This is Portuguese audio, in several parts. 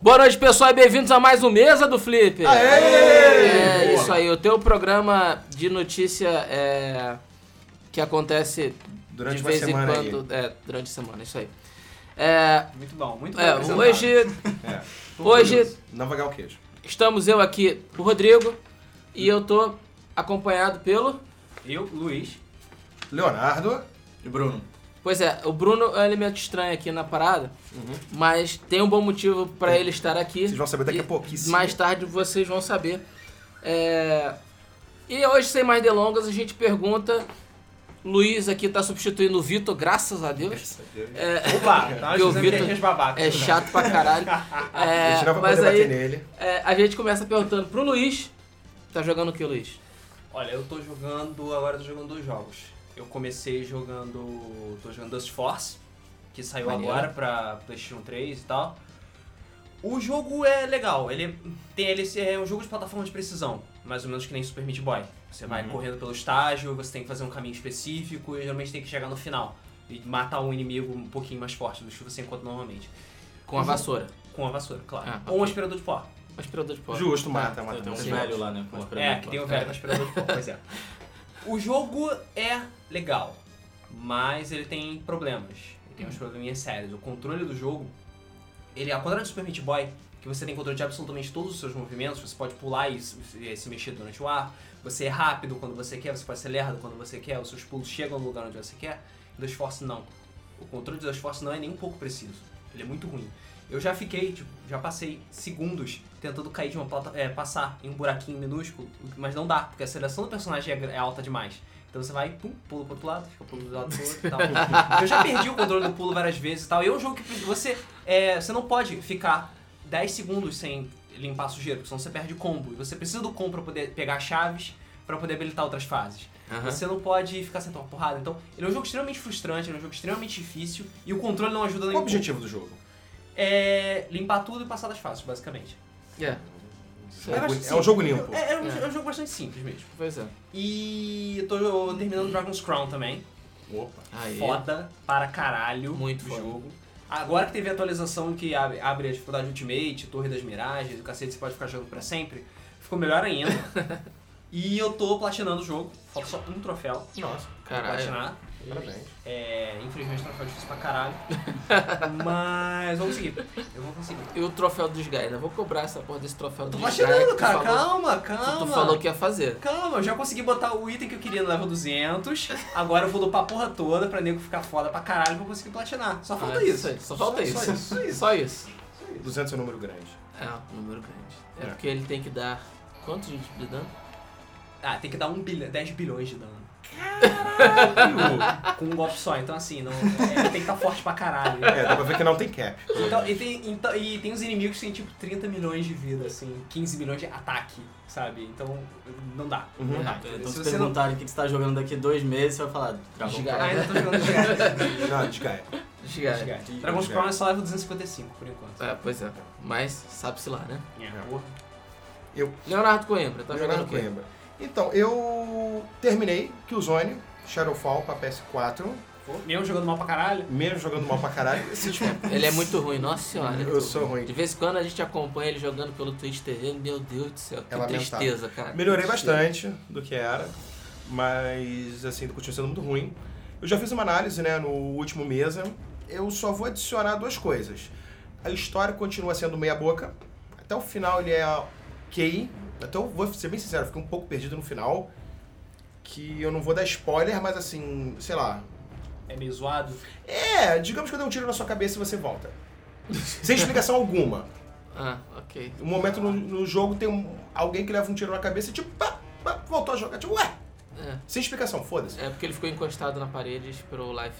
Boa noite, pessoal, e bem-vindos a mais um Mesa do Flipper. É isso aí, o teu programa de notícia é, que acontece Durante de uma vez em semana aí. quando. É, durante a semana, isso aí. É, Muito bom, muito bom. é, apresentado. hoje, É. hoje Não vai ganhar o queijo. estamos eu aqui, o Rodrigo, e eu tô acompanhado pelo. Eu, Luiz. Leonardo. E Bruno. Pois é, o Bruno é um elemento estranho aqui na parada, mas tem um bom motivo pra ele estar aqui. Uhum. É. Vocês vão saber daqui E a pouquíssimo. Mais tarde vocês vão saber. É, E hoje, sem mais delongas, a gente pergunta. Luiz aqui tá substituindo o Vitor, graças a Deus. Opa, tá E o dizendo que Vitor a gente é babaca. É chato pra caralho. É, Ele tirava pra mas poder bater aí nele. é, a gente começa perguntando pro Luiz. Tá jogando o que, Luiz? Olha, eu tô jogando, agora eu tô jogando dois jogos. Eu comecei jogando, tô jogando Dust Force, que saiu Maneiro. agora pra PlayStation 3 e tal. O jogo é legal, ele tem ele é um jogo de plataforma de precisão, mais ou menos que nem Super Meat Boy. Você vai correndo pelo estágio, você tem que fazer um caminho específico e geralmente tem que chegar no final e matar um inimigo um pouquinho mais forte do que você encontra normalmente, Com a vassoura. com a vassoura, claro, Ah, ou um ok. aspirador de pó. Um aspirador de pó. um Justo, mata, mata. Tem um mata. velho lá, né? com É, experimento que lá. tem o velho com aspirador de pó, pois é. O jogo é legal, mas ele tem problemas. Ele tem uns probleminhas sérios. O controle do jogo, ele, é ao contrário do Super Meat Boy, que você tem controle de absolutamente todos os seus movimentos, você pode pular e se, e se mexer durante o ar, você é rápido quando você quer, você pode ser lerdo quando você quer, os seus pulos chegam no lugar onde você quer. Do Force não. O controle do Force não é nem um pouco preciso. Ele é muito ruim. Eu já fiquei, tipo, já passei segundos tentando cair de uma plata é, passar em um buraquinho minúsculo, mas não dá, porque a seleção do personagem é, gr- é alta demais. Então você vai, pum, pula pro outro lado, fica pulando do lado pro outro e tal. Eu já perdi o controle do pulo várias vezes e tal. E é um jogo que você, é, você não pode ficar 10 segundos sem limpar a sujeira, porque senão você perde o combo. E você precisa do combo pra poder pegar chaves, pra poder habilitar outras fases. Aham. Você não pode ficar sem tomar porrada. Então, ele é um jogo extremamente frustrante, ele é um jogo extremamente difícil, e o controle não ajuda Qual o nenhum objetivo do jogo? é limpar tudo e passar das fases, basicamente. É, É, Eu acho é que um sim. jogo limpo. É, é um, É. é um jogo bastante simples mesmo. pois é. E eu tô terminando Dragon's Crown também. Opa. Aí. Foda para caralho Muito o foda. jogo. Agora que teve a atualização que abre, abre a dificuldade Ultimate, Torre das Miragens, o cacete você pode ficar jogando pra sempre, ficou melhor ainda. e eu tô platinando o jogo, falta só um troféu pra Nossa. Caralho. platinar. Parabéns. É, infelizmente o troféu é difícil pra caralho. Mas vou conseguir, eu vou conseguir. E o troféu dos Gaia, né? Vou cobrar essa porra desse troféu Eu tô dos Gaia. que platinando, tu cara, falou- calma, que Tu calma. falou que ia fazer. Calma, eu já consegui botar o item que eu queria no level 200. Agora eu vou dopar a porra toda pra nego ficar foda pra caralho pra eu conseguir platinar. Só falta Ah, isso. aí, Só falta isso. Só isso. só isso. Só isso. 200 é um número grande. É, um número grande. É, É. porque ele tem que dar. Quanto de de dano? Ah, tem que dar um bilhão, 10 bilhões de dano. Com um golpe só, então assim, não, é, tem que estar forte pra caralho. É, dá pra ver que não tem cap. Então, e, tem, então- e tem uns inimigos que tem tipo 30 milhões de vida, assim, 15 milhões de ataque, sabe? Então não dá. Não Uhum. dá. Então Se se você não. perguntarem o que que você tá jogando daqui dois meses, você vai falar um Dragon Giga- Ball. Ah, ainda tô jogando Gigaia. Não, é. desgaia. Tá Giga. Gigaia. Dragon's Crown é só level 255 por enquanto. É, pois é. Mas sabe-se lá, né? É, porra. Leonardo Coimbra, tá Leonardo jogando o quê? Coimbra. Então, eu terminei Killzone, Shadowfall pra PS4, Pô, Mesmo jogando mal pra caralho. mesmo jogando mal pra caralho. Esse tipo, Ele é muito ruim, nossa senhora. é Eu sou ruim. De vez em quando a gente acompanha ele jogando pelo Twitch TV, meu Deus do céu, que É lamentável. tristeza, cara. Melhorei Que bastante do que era, mas assim, continua sendo muito ruim. Eu já fiz uma análise, né, no último mesa. Eu só vou adicionar duas coisas. A história continua sendo meia boca. Até o final ele é ok. Até eu vou ser bem sincero, eu fiquei um pouco perdido no final. Que eu não vou dar spoiler, mas assim, sei lá. É meio zoado. É, digamos que eu dei um tiro na sua cabeça e você volta. Sem explicação alguma. tristeza. Ah, ok. Um momento no, no jogo tem um- alguém que leva um tiro na cabeça e tipo, pá, pá, voltou a jogar. Tipo, ué, É. sem explicação, foda-se. É porque ele ficou encostado na parede e esperou o life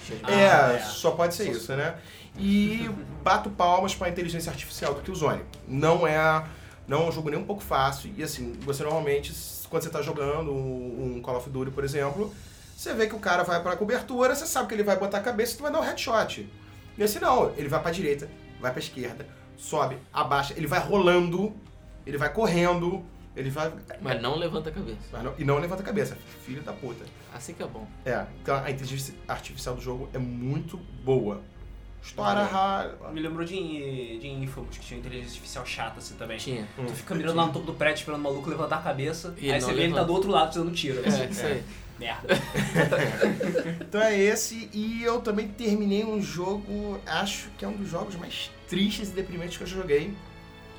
encher de Ah, é, é. só pode ser isso, né? E bato palmas pra inteligência artificial do Killzone. Não é, não é um jogo nem um pouco fácil. E assim, você normalmente, s- quando você tá jogando um um Call of Duty, por exemplo, você vê que o cara vai pra cobertura, você sabe que ele vai botar a cabeça e tu vai dar um headshot. Nesse não, ele vai pra direita, vai pra esquerda, sobe, abaixa, ele vai rolando, ele vai correndo, ele vai... Mas não levanta a cabeça. Mas não- e não levanta a cabeça, filho da puta. Assim que é bom. É, então a inteligência artificial do jogo é muito boa. Estoura a ra- Me lembrou de, de Infamous, que tinha inteligência artificial chata assim também. Tinha. Tu fica mirando lá no topo do prédio esperando o maluco levantar a cabeça, E aí não você vê ele tá levanta. do outro lado te dando tiro. assim. É, isso aí. Merda. Então é esse, e eu também terminei um jogo, acho que é um dos jogos mais tristes e deprimentes que eu já joguei.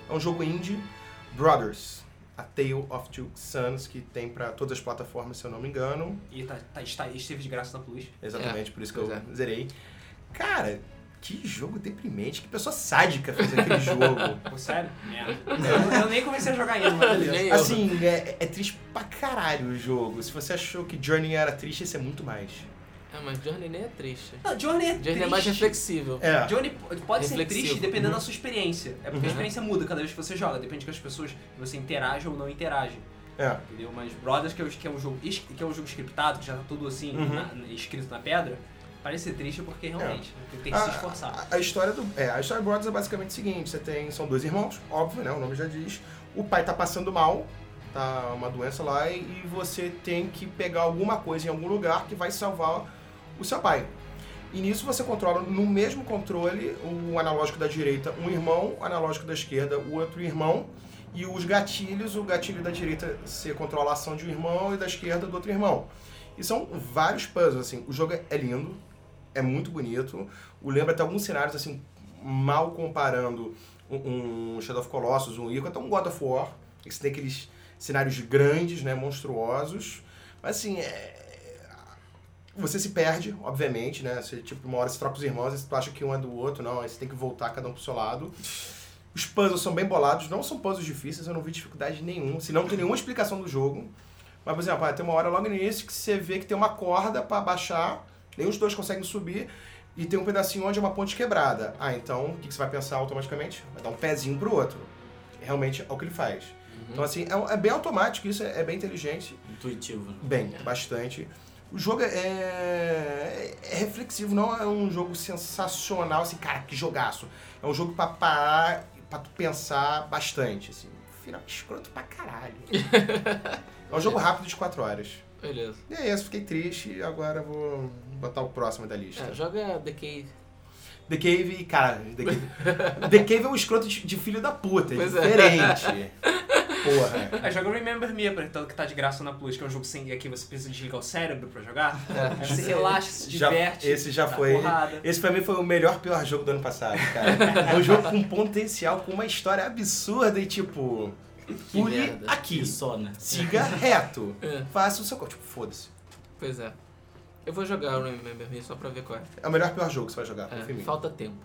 É um jogo indie, Brothers, A Tale of Two Sons, que tem pra todas as plataformas, se eu não me engano. E tá, tá, está, esteve de graça na Plus. Exatamente, por isso que pois eu zerei. Cara, que jogo deprimente, que pessoa sádica fez aquele jogo. Pô, sério? Merda. Eu, eu nem comecei a jogar ainda, mas beleza. Nem eu. Assim, é, é triste pra caralho o jogo. Se você achou que Journey era triste, esse é muito mais. Ah, mas Journey nem é triste. Não, Johnny é Journey é mais triste. reflexível. É. Johnny pode ser Reflexivo. triste dependendo da sua experiência. É porque Uhum. a experiência muda cada vez que você joga, depende das pessoas que você interage ou não interage. É. Entendeu? Mas Brothers, que é, o- que é um jogo, is- que é um jogo scriptado, que já tá tudo assim, Uhum. na- na- escrito na pedra, parece ser triste porque realmente tem- tem que Ah, se esforçar. A, a história do. É, a história do Brothers é basicamente o seguinte: você tem. São dois irmãos, óbvio, né? O nome já diz. O pai tá passando mal, tá uma doença lá, e, e você tem que pegar alguma coisa em algum lugar que vai salvar o seu pai. E nisso você controla no mesmo controle o analógico da direita, um irmão, o analógico da esquerda, o outro irmão. E os gatilhos, o gatilho da direita você controla a ação de um irmão e da esquerda do outro irmão. E são vários puzzles, assim. O jogo é lindo, é muito bonito. O lembra até alguns cenários, assim, mal comparando um, um Shadow of Colossus, um Ico, até um God of War, que você tem aqueles cenários grandes, né, monstruosos. Mas, assim, é... Você se perde, obviamente, né? Você, tipo, uma hora você troca os irmãos, aí tu acha que um é do outro, não. Aí você tem que voltar cada um pro seu lado. Os puzzles são bem bolados, não são puzzles difíceis, eu não vi dificuldade nenhuma. Se não tem nenhuma explicação do jogo. Mas, por exemplo, ah, tem uma hora logo no início que você vê que tem uma corda pra baixar, nem os dois conseguem subir, e tem um pedacinho onde é uma ponte quebrada. Ah, então o que que você vai pensar automaticamente? Vai dar um pezinho pro outro. Realmente é o que ele faz. Então, assim, é, um- é bem automático isso, é- é bem inteligente. Intuitivo. né?" Bem, bastante. O jogo é, é reflexivo, não é um jogo sensacional, assim, cara, que jogaço. É um jogo pra parar, pra tu pensar bastante, assim. Final escroto pra caralho. é um jogo rápido de 4 horas. Beleza. E é isso, fiquei triste, agora vou botar o próximo da lista. É, joga The Cave. The Cave, cara, The Cave, The Cave é um escroto de, de filho da puta, é Pois é. diferente. Porra. Aí É, joga Remember Me, aproveitando que tá de graça na Plus, que é um jogo sem que você precisa desligar o cérebro pra jogar. Aí você relaxa, se É. Já- diverte. esse já dá foi- Porrada. Esse pra mim foi o melhor pior jogo do ano passado, cara. É um jogo com potencial, com uma história absurda e tipo. Que Pule merda. aqui. E só, né? Siga reto. É. Faça o seu. co- Tipo, foda-se. Pois é. Eu vou jogar o Remember Me só pra ver qual é. É o melhor pior jogo que você vai jogar. confia em é mim. falta tempo.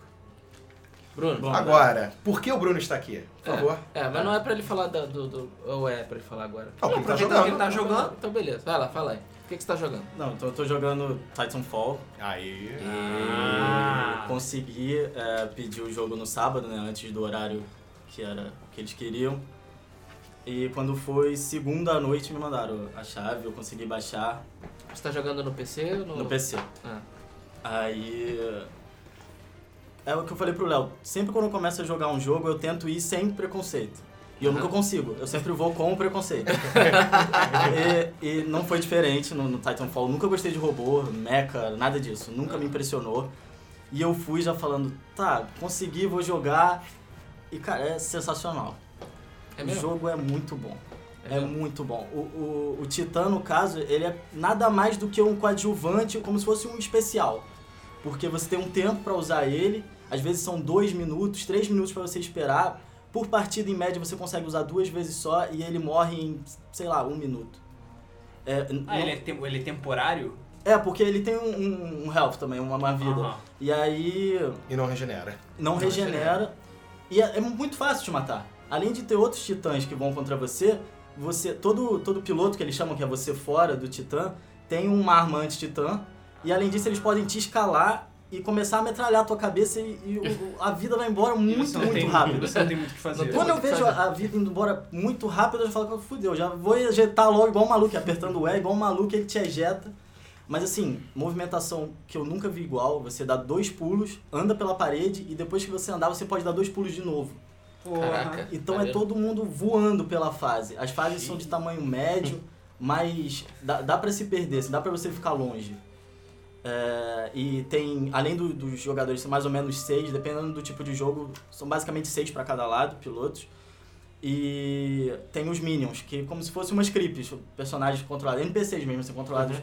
Bruno. Bom, Agora, por que o Bruno está aqui? Por favor. É, mas não é pra ele falar da- do, do. Ou é pra ele falar agora? Não, porque ele tá aproveitando que ele jogando. tá jogando. Então beleza, vai lá, fala aí. O que, que você tá jogando? Não, então eu tô jogando Titanfall. Aí. É. Ah. E consegui é, pedir o jogo no sábado, né? Antes do horário que era o que eles queriam. E quando foi segunda à noite me mandaram a chave, eu consegui baixar Você tá jogando no PC ou no. no PC. Ah, Aí. É o que eu falei pro Léo. Sempre quando eu começo a jogar um jogo, eu tento ir sem preconceito. E eu nunca consigo. Eu sempre vou com o preconceito. e, e não foi diferente no, no Titanfall. Nunca gostei de robô, mecha, nada disso. Nunca me impressionou. E eu fui já falando, tá, consegui, vou jogar. E cara, é sensacional. é o mesmo? jogo é muito bom. É, mesmo? muito bom. O, o, o Titã, no caso, ele é nada mais do que um coadjuvante, como se fosse um especial. Porque você tem um tempo pra usar ele, às vezes são dois minutos, três minutos pra você esperar. Por partida, em média, você consegue usar duas vezes só e ele morre em, sei lá, um minuto. É, n- Ah, ele não- é, tem- ele é temporário? é, porque ele tem um, um- um health também, uma, uma vida. Aham. E aí, E não regenera. não regenera. E é, é muito fácil de matar. Além de ter outros titãs que vão contra você, você todo, todo piloto que eles chamam que é você fora do titã, tem uma arma anti-titã. E além disso, eles podem te escalar e começar a metralhar a tua cabeça e, e o- o- a vida vai embora E muito, você não muito tem- rápido. Você não tem muito o que fazer. Não tem Quando eu muito o que vejo fazer. a vida indo embora muito rápido, eu já falo, fudeu, já vou ejetar logo igual um maluco, apertando o E, igual um maluco, ele te ejeta. Mas assim, movimentação que eu nunca vi igual, você dá dois pulos, anda pela parede e depois que você andar, você pode dar dois pulos de novo. Porra. Caraca. Então é Maneiro. todo mundo voando pela fase. As fases são assim, de tamanho médio, mas dá, dá para se perder, dá pra você ficar longe. É, e tem, além do- dos jogadores, são mais ou menos seis, dependendo do tipo de jogo, são basicamente seis para cada lado, pilotos. E tem os Minions, que como se fossem umas creeps, personagens controlados, NPCs mesmo, assim, Uhum. controlados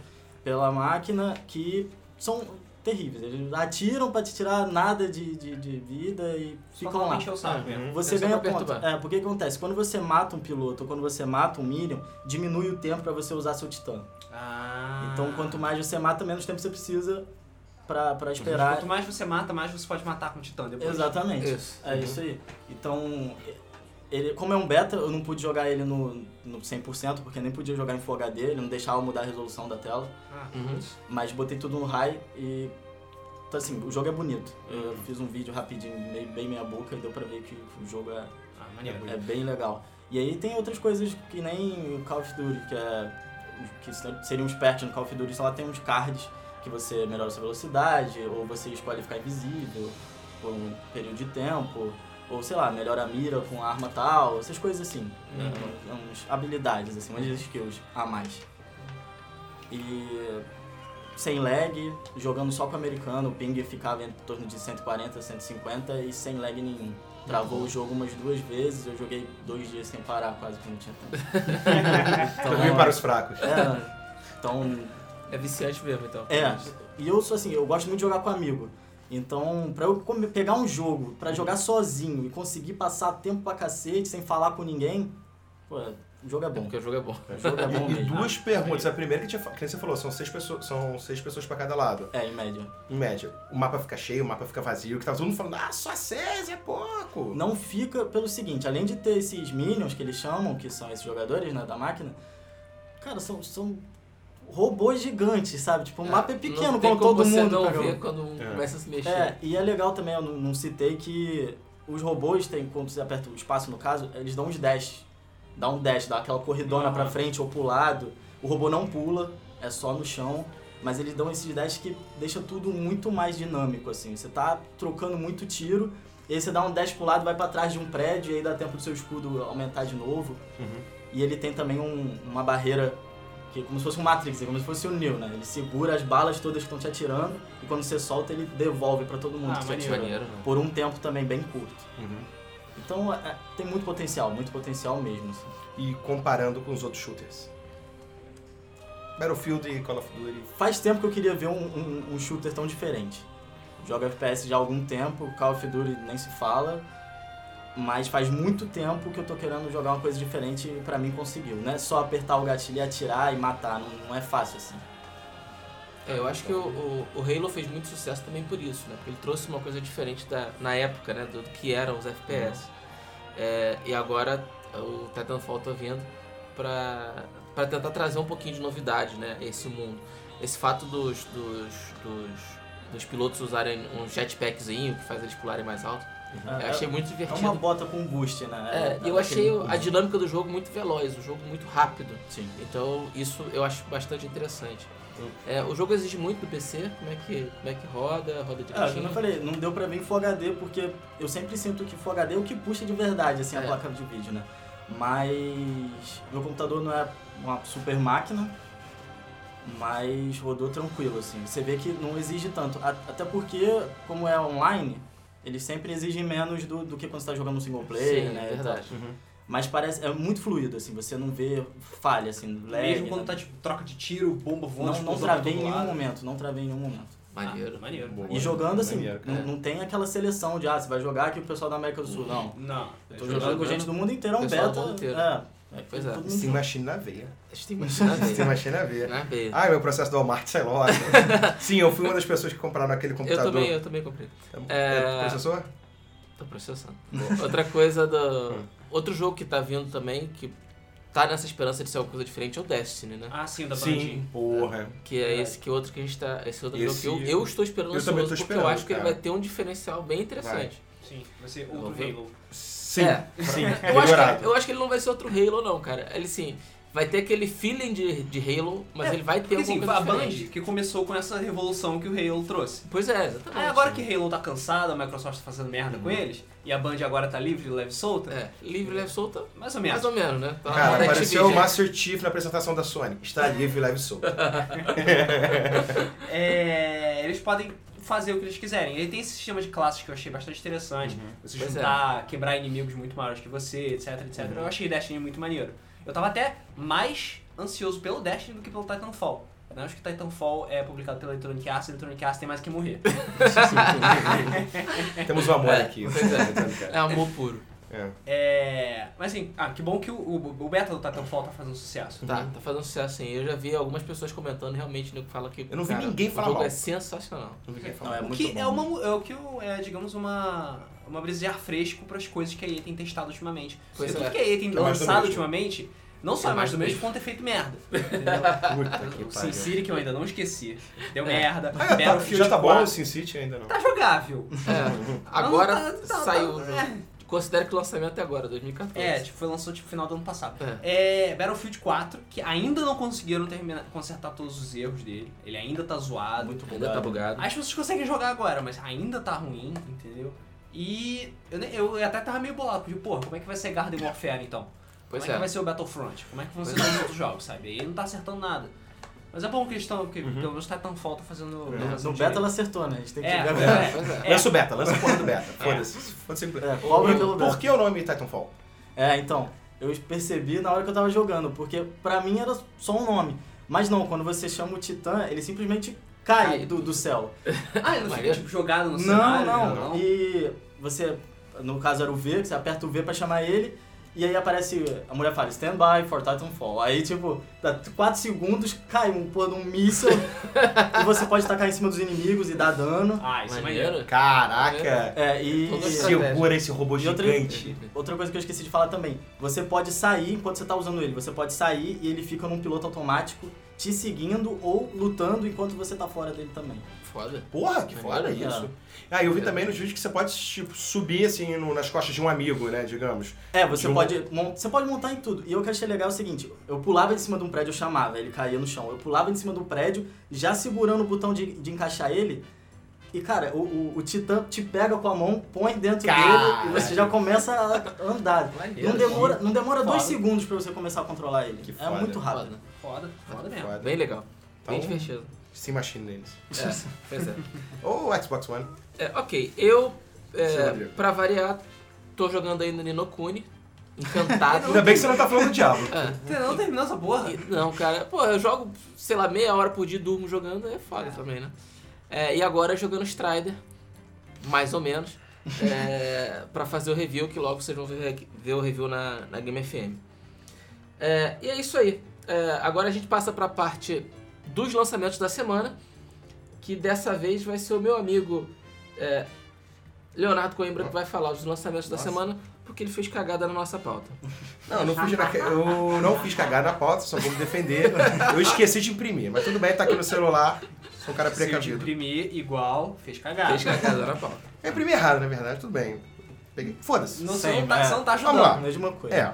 pela máquina, que são terríveis. Eles atiram para te tirar nada de, de, de vida e Só ficam pra lá. encher o Uhum. saco mesmo. Você É só ganha pra ponto. perturbar. É, porque acontece, quando você mata um piloto ou quando você mata um Minion, diminui o tempo para você usar seu titã. Ah. Então, quanto mais você mata, menos tempo você precisa pra, pra esperar. Quanto mais você mata, mais você pode matar com o titã depois. Exatamente. Isso. Uhum. É isso aí. Então, ele, como é um beta, eu não pude jogar ele no, no 100%, porque nem podia jogar em Full HD, ele não deixava mudar a resolução da tela. Ah, Uhum. Mas botei tudo no high e. Então, assim, o jogo é bonito. Uhum. Eu fiz um vídeo rapidinho, meio- bem meia boca, e deu pra ver que o jogo é, ah maneiro. é bem legal. E aí tem outras coisas que nem o Call of Duty, que é. que se- seriam os patches no Call of Duty, sei lá tem uns cards que você melhora sua velocidade, ou você escolhe ficar invisível por um período de tempo, ou sei lá, melhora a mira com a arma tal, essas coisas assim. É, um- umas habilidades, assim, umas skills a mais. E sem lag, jogando só com o americano, o ping ficava em torno de 140, 150 e sem lag nenhum. Travou o jogo umas duas vezes, eu joguei dois dias sem parar, quase que não tinha tempo. Então, Então, Também para os fracos. É, então, É viciante mesmo, então. é. E eu sou assim, eu gosto muito de jogar com amigo. Então, pra eu come- pegar um jogo, pra jogar sozinho e conseguir passar tempo pra cacete sem falar com ninguém, pô, o jogo é É bom. porque o jogo é bom. O jogo é bom E, e mesmo. duas perguntas. A primeira que, tinha, fa- que nem você falou, são seis pessoas, são seis pessoas pra cada lado. É, em média. Em média. O mapa fica cheio, o mapa fica vazio, que tava todo mundo falando, ah, só seis é pouco. Não fica pelo seguinte, além de ter esses minions que eles chamam, que são esses jogadores, né, da máquina, cara, são, são robôs gigantes, sabe? Tipo, o mapa é não pequeno com tem todo como você mundo. não pra ver jogar. quando um É. começa a se mexer. É, e é legal também, eu não, não citei que os robôs têm, quando você aperta o espaço no caso, eles dão uns dash. Dá um dash, dá aquela corridona Uhum. pra frente ou pro lado. O robô não pula, é só no chão. Mas eles dão esses dash que deixa tudo muito mais dinâmico, assim. Você tá trocando muito tiro, e aí você dá um dash pro lado, vai pra trás de um prédio, e aí dá tempo do seu escudo aumentar de novo. E ele tem também um- uma barreira, que é como se fosse um Matrix, é como se fosse o Neo, né? Ele segura as balas todas que estão te atirando, e quando você solta, ele devolve pra todo mundo Ah, que te Muito atirou. maneiro. né? Por um tempo também bem curto. Uhum. Então é- tem muito potencial, muito potencial mesmo. assim. E comparando com os outros shooters. Battlefield e Call of Duty. Faz tempo que eu queria ver um, um- um shooter tão diferente. Jogo FPS já há algum tempo, Call of Duty nem se fala, mas faz muito tempo que eu tô querendo jogar uma coisa diferente e pra mim conseguiu. Não é só apertar o gatilho e atirar e matar, não, não é fácil assim. É, eu acho que o, o, o Halo fez muito sucesso também por isso, né? Porque ele trouxe uma coisa diferente da, na época, né? Do, do que eram os FPS. É, e agora o Titanfall tá vindo pra, pra tentar trazer um pouquinho de novidade, né? a Esse mundo. Esse fato dos, dos, dos, dos pilotos usarem um jetpackzinho que faz eles pularem mais alto. É, eu achei muito é uma divertido. bota com boost, né? É, e eu aquele- achei a dinâmica do jogo muito veloz, o jogo muito rápido. Sim. Então isso eu acho bastante interessante. Hum. É, o jogo exige muito do PC, como é que, como é que roda, Ah, roda É, como direitinho. eu falei, não deu pra ver em Full HD, porque eu sempre sinto que Full HD é o que puxa de verdade, assim, a É. placa de vídeo, né? Mas meu computador não é uma super máquina, mas rodou tranquilo, assim. Você vê que não exige tanto. A- Até porque, como é online, eles sempre exigem menos do, do que quando você tá jogando um single player, Sim, né? é e tal. verdade. Uhum. Mas parece, é muito fluido, assim, você não vê falha, assim, lag. Mesmo quando né? tá tipo troca de tiro, bomba voando, tipo, não, não explosão pra travei em todo nenhum lado. momento, não travei em nenhum momento. Maneiro. Ah, maneiro. Boa. E jogando assim, Maneiro, não, não tem aquela seleção de, ah, você vai jogar aqui o pessoal da América do Sul, não. Não. Eu tô jogando com jogando. gente do mundo inteiro, é um Pessoal beta. do mundo inteiro. É, Pois é. todo mundo Steam junto. Machine na veia. Steam Machine na Steam veia. Machine na veia. Na veia. Ai, meu processo do Walmart sai logo. Sim, eu fui uma das pessoas que compraram aquele eu computador. também, eu também comprei. É... É. Processor? Tô processando. Outra coisa Hum. do. Outro jogo que tá vindo também, que tá nessa esperança de ser uma coisa diferente, é o Destiny, né? Ah, sim, da Sim. Bandinho. Porra. Que é esse que outro que a gente tá. Esse outro Ah, Esse- jogo que eu, eu estou esperando eu também tô ansioso, porque eu esperando, acho que ele cara. vai ter um diferencial bem interessante. Sim, vai ser Vou outro ver. Halo. Sim. É. Sim. Eu acho, Melhorado. que, eu acho que ele não vai ser outro Halo, não, cara. Ele sim, vai ter aquele feeling de, de Halo, mas É, ele vai ter Porque alguma assim, foi coisa a diferente. Band que começou com essa revolução que o Halo trouxe. Pois é, exatamente. Aí né? agora que Halo tá cansado, a Microsoft tá fazendo merda Uhum. com eles, e a Band agora tá livre, leve e solta, É, livre, leve, solta, mais ou menos. mais ou menos, né? Tá na moda Cara, da apareceu o Activision. Master Chief na apresentação da Sony. Está livre, leve e solto. É, eles podem fazer o que eles quiserem. Ele tem esse sistema de classes que eu achei bastante interessante. Você Pois é. Uhum. juntar, quebrar inimigos muito maiores que você, etc, etc. Eu achei Destiny muito maneiro. Eu tava até mais ansioso pelo Destiny do que pelo Titanfall. Eu não acho que Titanfall é publicado pela Electronic Arts, e a Electronic Arts tem mais que morrer. Temos o amor aqui. Tá Pois é, é amor puro. É. É, Mas assim, ah, que bom que o, o, o beta do Titanfall tá fazendo sucesso. Tá, Uhum. tá fazendo sucesso assim. Eu já vi algumas pessoas comentando, realmente, nego fala que. Eu não vi cara, ninguém falar O jogo mal. é sensacional. Não vi quem falou. Não, é O muito que bom. é, uma, é o que eu- é, digamos, uma, uma brisa de ar fresco para as coisas que a EA tem testado ultimamente. Pois é. Porque tudo que a EA tem É mais do lançado mesmo. ultimamente, não só é mais do mesmo, quanto é feito merda. Puta que O Sin pariu. City, um que eu ainda não esqueci, deu É. merda. Ah, tá, Battlefield já tá bom o 4, Sin City ainda não. Tá jogável. É, agora Mas não tá- tá- saiu. tá- o jogo. Considera que o lançamento é agora, 2014. É, tipo, foi lançado tipo final do ano passado. É Battlefield 4, que ainda não conseguiram terminar, consertar todos os erros dele. Ele ainda tá zoado. Muito bom. Ainda tá bugado. Acho que vocês conseguem jogar agora, mas ainda tá ruim, entendeu? E eu, ne- eu até tava meio bolado, porque, pô, como é que vai ser Garden Warfare então? Pois como é, que é. vai ser o Battlefront? Como é que vão ser Pois os outros jogos, sabe? Aí não tá acertando nada. Mas é bom que eles estão, porque pelo menos Titanfall tá fazendo. É. tá fazendo Uhum. No direito. beta ela acertou, né? A gente tem que É, ver. é. Pois é. Lança o beta, lança a porra do beta. Foda-se. Foda-se. Hum, É, cobra pelo beta. Por que o nome Titanfall? É, então, eu percebi na hora que eu tava jogando, porque pra mim era só um nome. Mas não, quando você chama o Titã, ele simplesmente cai Cai. do, do céu. Ah, ele não fica Maneiro. tipo jogado no Não, cenário? não, não. E você, no caso era o V, você aperta o V pra chamar ele, e aí aparece, a mulher fala, stand by for Titanfall. Aí, tipo, dá 4 segundos, cai um pô de um míssil, e você pode tacar em cima dos inimigos e dar dano. Ah, isso é maneiro. Maneiro. Caraca. É, e... Toda e- Segura esse robô E outra- gigante. Outra coisa que eu esqueci de falar também, você pode sair enquanto você tá usando ele, você pode sair e ele fica num piloto automático te seguindo ou lutando enquanto você tá fora dele também. Foda. Porra, que foda Maneiro. isso. Ah, eu vi também nos vídeos que você pode tipo, subir assim no- nas costas de um amigo, né, digamos. É, você Jum- pode, mon- você pode montar em tudo. E eu que achei legal é o seguinte, eu pulava de cima de um prédio, eu chamava, ele caía no chão. Eu pulava de cima do prédio, já segurando o botão de, de encaixar ele, e cara, o, o, o Titã te pega com a mão, põe dentro Caralho. dele e você já começa a andar. Maneiro. Não demora, não demora dois Foda. segundos pra você começar a controlar ele. Que é foda. muito rápido. Foda. Foda, É foda mesmo. Foda. Bem legal. Então, Bem divertido. sem machine neles. É, pois é. Ou o Xbox One. É, ok, eu, Seu é, Rodrigo. pra variar, tô jogando ainda Nino Kuni, encantado. Ainda bem que você não tá falando do diabo. É. Você não terminou essa porra? E- Não, cara, pô, eu jogo, sei lá, meia hora por dia, durmo jogando, é foda É. também, né? É, e agora jogando Strider, mais ou menos, é, pra fazer o review, que logo vocês vão ver, aqui- ver o review na, na Game FM. É, e é isso aí. É, agora a gente passa pra parte dos lançamentos da semana, que dessa vez vai ser o meu amigo é, Leonardo Coimbra que vai falar dos lançamentos da Nossa. semana, porque ele fez cagada na nossa pauta. Não, eu não, fiz na- eu não fiz cagada na pauta, só vou me defender. Eu esqueci de imprimir, mas tudo bem, tá aqui no celular. Sou um tá cara Se eu te precavido. imprimir igual, fez cagada. Fez cagada na pauta. Eu imprimi errado, na verdade, tudo bem. Peguei. Foda-se. Não, Sim, você não tá, é. você não tá ajudando. Vamos lá. A mesma coisa. É.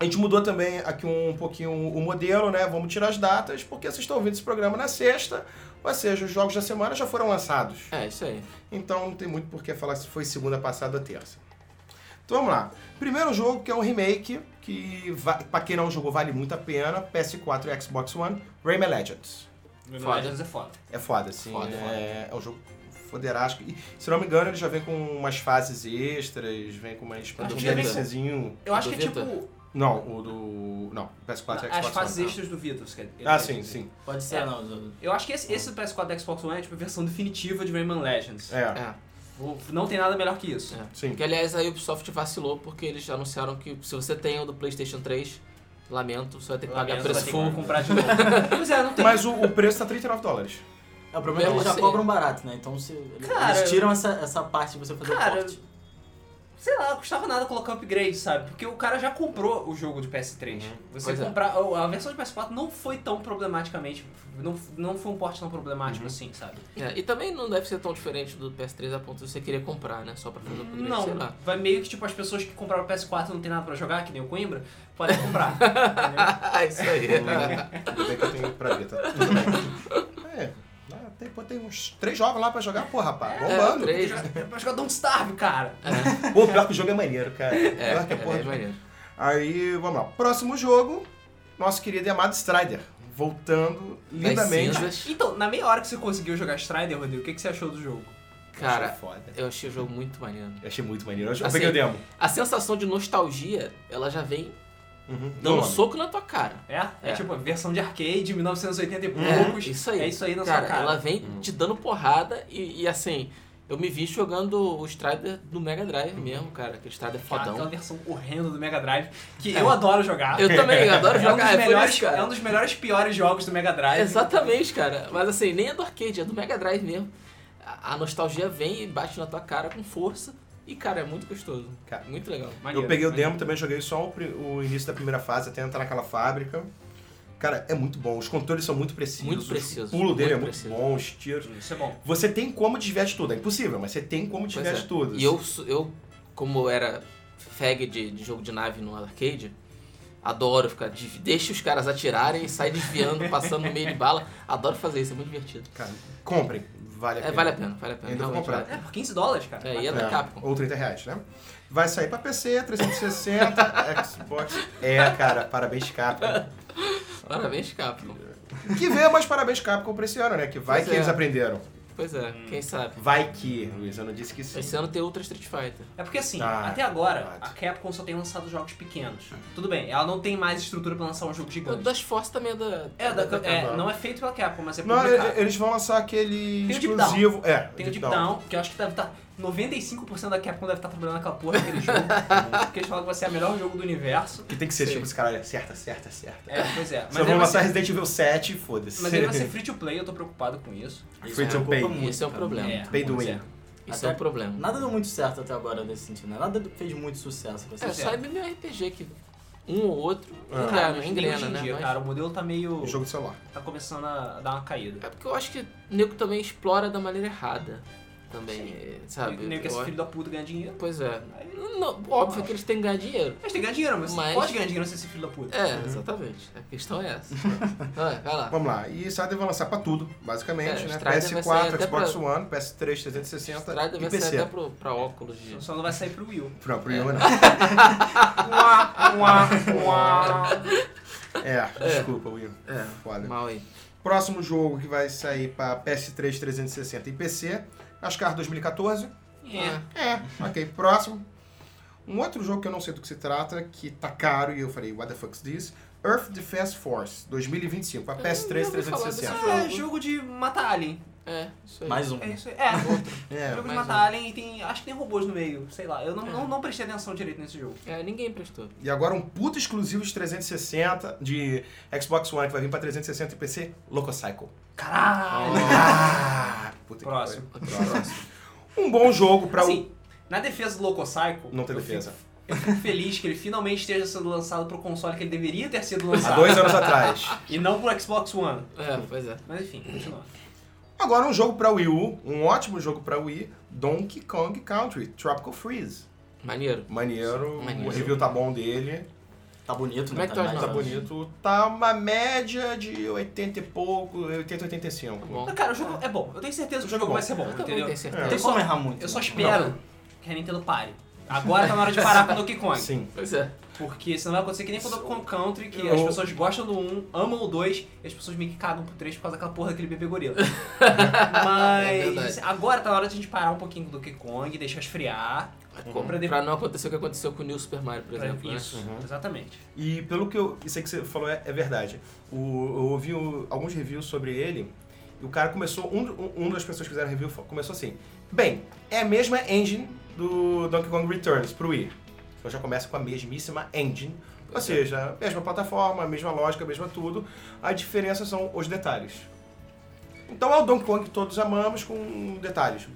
A gente mudou também aqui um pouquinho o modelo, né? Vamos tirar as datas, porque vocês estão ouvindo esse programa na sexta, ou seja, os jogos da semana já foram lançados. É, isso aí. Então não tem muito por que falar se foi segunda passada ou terça. Então vamos lá. Primeiro jogo que é um remake, que va- pra quem não jogou vale muito a pena, PS4 e Xbox One, Rayman Legends. Foda. Foda. É foda. É foda, assim. Foda, é, foda. é um jogo foderástico. E, se não me engano, ele já vem com umas fases extras, vem com umas que um já vem- DLCzinho. Eu acho que é Duvido. tipo Não, o do. Não, PS4 e Xbox as fases One. extras do Vitor. quer- ele Ah, quer sim, dizer. sim. Pode ser, É. não. eu- Eu acho que esse, esse do PS4 da Xbox One é tipo a versão definitiva de Rayman Legends. É, É. Vou- Não tem nada melhor que isso. É. sim. Que aliás a Ubisoft vacilou porque eles anunciaram que se você tem o do PlayStation 3, lamento, você vai ter que Lamento, pagar vai preço ter que full. comprar de novo. pois é, não tem. Mas o, o preço tá 39 dólares. É, o problema é que eles Mesmo já assim. cobram barato, né? Então se, Cara, eles tiram essa, essa parte de você fazer cara, o corte. Sei lá, custava nada colocar upgrade, sabe? Porque o cara já comprou o jogo de PS3. Você Pois é. comprar. A versão de PS4 não foi tão problematicamente. Não, não foi um porte tão problemático assim, sabe? É, e também não deve ser tão diferente do PS3 a ponto de você querer comprar, né? Só pra fazer o upgrade, Não, sei lá. vai meio que tipo as pessoas que compraram o PS4 e não tem nada pra jogar, que nem o Coimbra, podem comprar. Isso aí. tá- Tudo bem que eu tenho pra ver, tá tudo bem. É, lá tem, pô, tem uns três jogos lá pra jogar, pô, rapaz, bombando. É, três. Pra jogar- pra jogar Don't um Starve, cara. Pô, pior que o jogo é maneiro, cara. É, pior que a é porra bem maneiro. Aí, vamos lá. Próximo jogo, nosso querido e amado Strider. Voltando Das lindamente. cinzas. Então, na meia hora que você conseguiu jogar Strider, Rodrigo, o que, que você achou do jogo? Achei Cara, foda. eu achei o jogo muito maneiro. Eu achei muito maneiro. Eu Assim, peguei o demo. A sensação de nostalgia, ela já vem Uhum. dando um Nome. soco na tua cara. É? É, É. tipo a versão de arcade, 1980 e É, poucos. isso aí. É isso aí na cara, sua cara. ela vem te dando porrada e, e, assim, eu me vi jogando o Strider do Mega Drive mesmo, cara. Aquele Strider Hum. Cara, então Aquela fodão. versão horrenda do Mega Drive, que É. eu adoro jogar. Eu também adoro é um dos jogar, é por melhores, isso, cara. é um dos melhores piores jogos do Mega Drive. Exatamente, cara. Mas assim, nem é do arcade, é do Mega Drive mesmo. A a nostalgia vem e bate na tua cara com força. E, cara, é muito gostoso. Cara, Muito legal. Maneiro, eu peguei o maneiro. demo, também joguei só o, pri- o início da primeira fase, até entrar naquela fábrica. Cara, é muito bom. Os controles são muito precisos. Muito preciso, O pulo dele muito é muito preciso. bom, os tiros. Isso é bom. Você tem como desviar de tudo. É impossível, mas você tem como Pois desviar é. de tudo. E eu, sou- eu como era fag de, de jogo de nave no arcade, adoro ficar. de- Deixa os caras atirarem e sai desviando, passando no meio de bala. Adoro fazer isso, é muito divertido. assim. Cara, comprem. Vale a É, pena. vale a pena, vale a pena. Ainda vou realmente vale a comprar. É, por 15 dólares, cara. pena. É, e é da Capcom. Ou 30 reais, né? Vai sair pra PC, 360, Xbox. É, cara, parabéns, Capcom. Parabéns, Capcom. Hum. Que venha mais parabéns, Capcom, pra esse ano, né? Que vai Pois que é. eles aprenderam. Pois é, Hum. quem sabe. Vai que, Luiz, eu não disse que sim. Esse ano tem Ultra Street Fighter. É porque assim, Ah, até agora, verdade. Hum. a Capcom só tem lançado jogos pequenos. Tudo bem, ela não tem mais estrutura pra lançar um jogo O gigante. Dash Force também é da. É, da- é, Capcom. não é feito pela Capcom, mas é Não, publicado. e- eles vão lançar aquele Tem o Deep exclusivo. É, Tem o Deep Down, que eu acho que deve tá estar. 95% da Capcom deve estar trabalhando naquela porra daquele jogo. porque eles falam que vai ser o melhor jogo do universo. Que tem que ser Sim. tipo esse cara, acerta, acerta, acerta. É, pois é. Mas Só ele, vão vai lançar ser, Resident Evil 7 e foda-se. mas é ele vai ser free to play, eu tô preocupado com isso. Free to preocupa pay. muito, Esse é o cara. problema. É, Pay to pois win. é. Isso Até- é um problema. Nada deu muito certo até agora nesse sentido, né? Nada fez muito sucesso com esse É, jogo. só é MMORPG que um ou outro Ah. engrena, mas nem engrena, hoje em né? dia, Mas- cara, o modelo tá meio. O jogo de celular. tá começando a dar uma caída. É porque eu acho que o nego também explora da maneira errada. Também, é, sabe? Nem que Eu esse acho- filho da puta ganha dinheiro. Pois é. Aí- Não, não, óbvio que eles têm que ganhar dinheiro. Mas tem que ganhar dinheiro, mas, Mas- pode ganhar dinheiro sem ser filho da puta. É, exatamente. A questão é essa. vai, vai lá. Vamos lá. E Strider vai lançar pra tudo, basicamente, É, né? Strider vai sair PS4, até Xbox pra- One, PS3, 360 Estrada e vai sair até É. PC. pro, pra óculos de. Só não vai sair pro Will. Não, pro né? Yu não. Uá, uá, uá. É, desculpa, Will. É, Foda. mal aí. Próximo jogo que vai sair pra PS3, 360 e PC, Ascar 2014. É. É, Uhum. ok. Próximo. Um outro jogo que eu não sei do que se trata, que tá caro e eu falei, what the fuck is this? Earth Defense Force 2025, a PS3 ouvi falar desse 360. Ah, jogo. É jogo de matar alien. É, isso aí. Mais um. É isso aí. É. É, jogo de mais matar um. alien e tem. Acho que tem robôs no meio, sei lá. Eu não, não, não prestei atenção direito nesse jogo. É, ninguém prestou. e agora um puto exclusivo de 360, de Xbox One, que vai vir pra 360 e PC, Loco Cycle. Caralho! Ah, puta que Próximo. pariu. Próximo. Um bom jogo pra... Assim, na defesa do Loco Cycle. o... Não tem eu defesa. fico- Eu fico feliz que ele finalmente esteja sendo lançado pro console que ele deveria ter sido Há lançado. dois anos atrás. E não pro Xbox One. É, pois é. Mas enfim, continua. Agora um jogo pra Wii U, um ótimo jogo pra Wii, Donkey Kong Country, Tropical Freeze. Maneiro. Maneiro, Maneiro. o review tá bom dele, Tá bonito, Como né? é que tu acha tá Não. bonito. Tá uma média de 80 e pouco, 80, 85. Tá bom. Mas, Cara, o jogo é bom. Eu tenho certeza que o jogo Bom. vai ser bom, Eu também entendeu? tenho Não certeza. tem Eu só- como errar muito. Eu só né? espero que a Nintendo pare. Agora tá na hora de parar com o Donkey Kong. Sim. Pois é. Porque senão vai acontecer que nem com o Donkey Kong Country, que Eu- as pessoas gostam do 1, amam o 2, e as pessoas meio que cagam pro 3 por causa daquela porra daquele bebê gorila. É Mas verdade. agora tá na hora de a gente parar um pouquinho com o Donkey Kong, deixar esfriar. Pra de- Pra não acontecer o que aconteceu com o New Super Mario, por pra- exemplo. né? Isso, exatamente. E pelo que eu. Isso aí que você falou é, é verdade. O, eu ouvi o- alguns reviews sobre ele. E o cara começou. Um, um- um das pessoas que fizeram review fa- começou assim. Bem, é a mesma engine do Donkey Kong Returns pro Wii. Então já começa com a mesmíssima engine. Ou seja, mesma plataforma, mesma lógica, mesma tudo. A diferença são os detalhes. Então é o Donkey Kong que todos amamos com detalhes.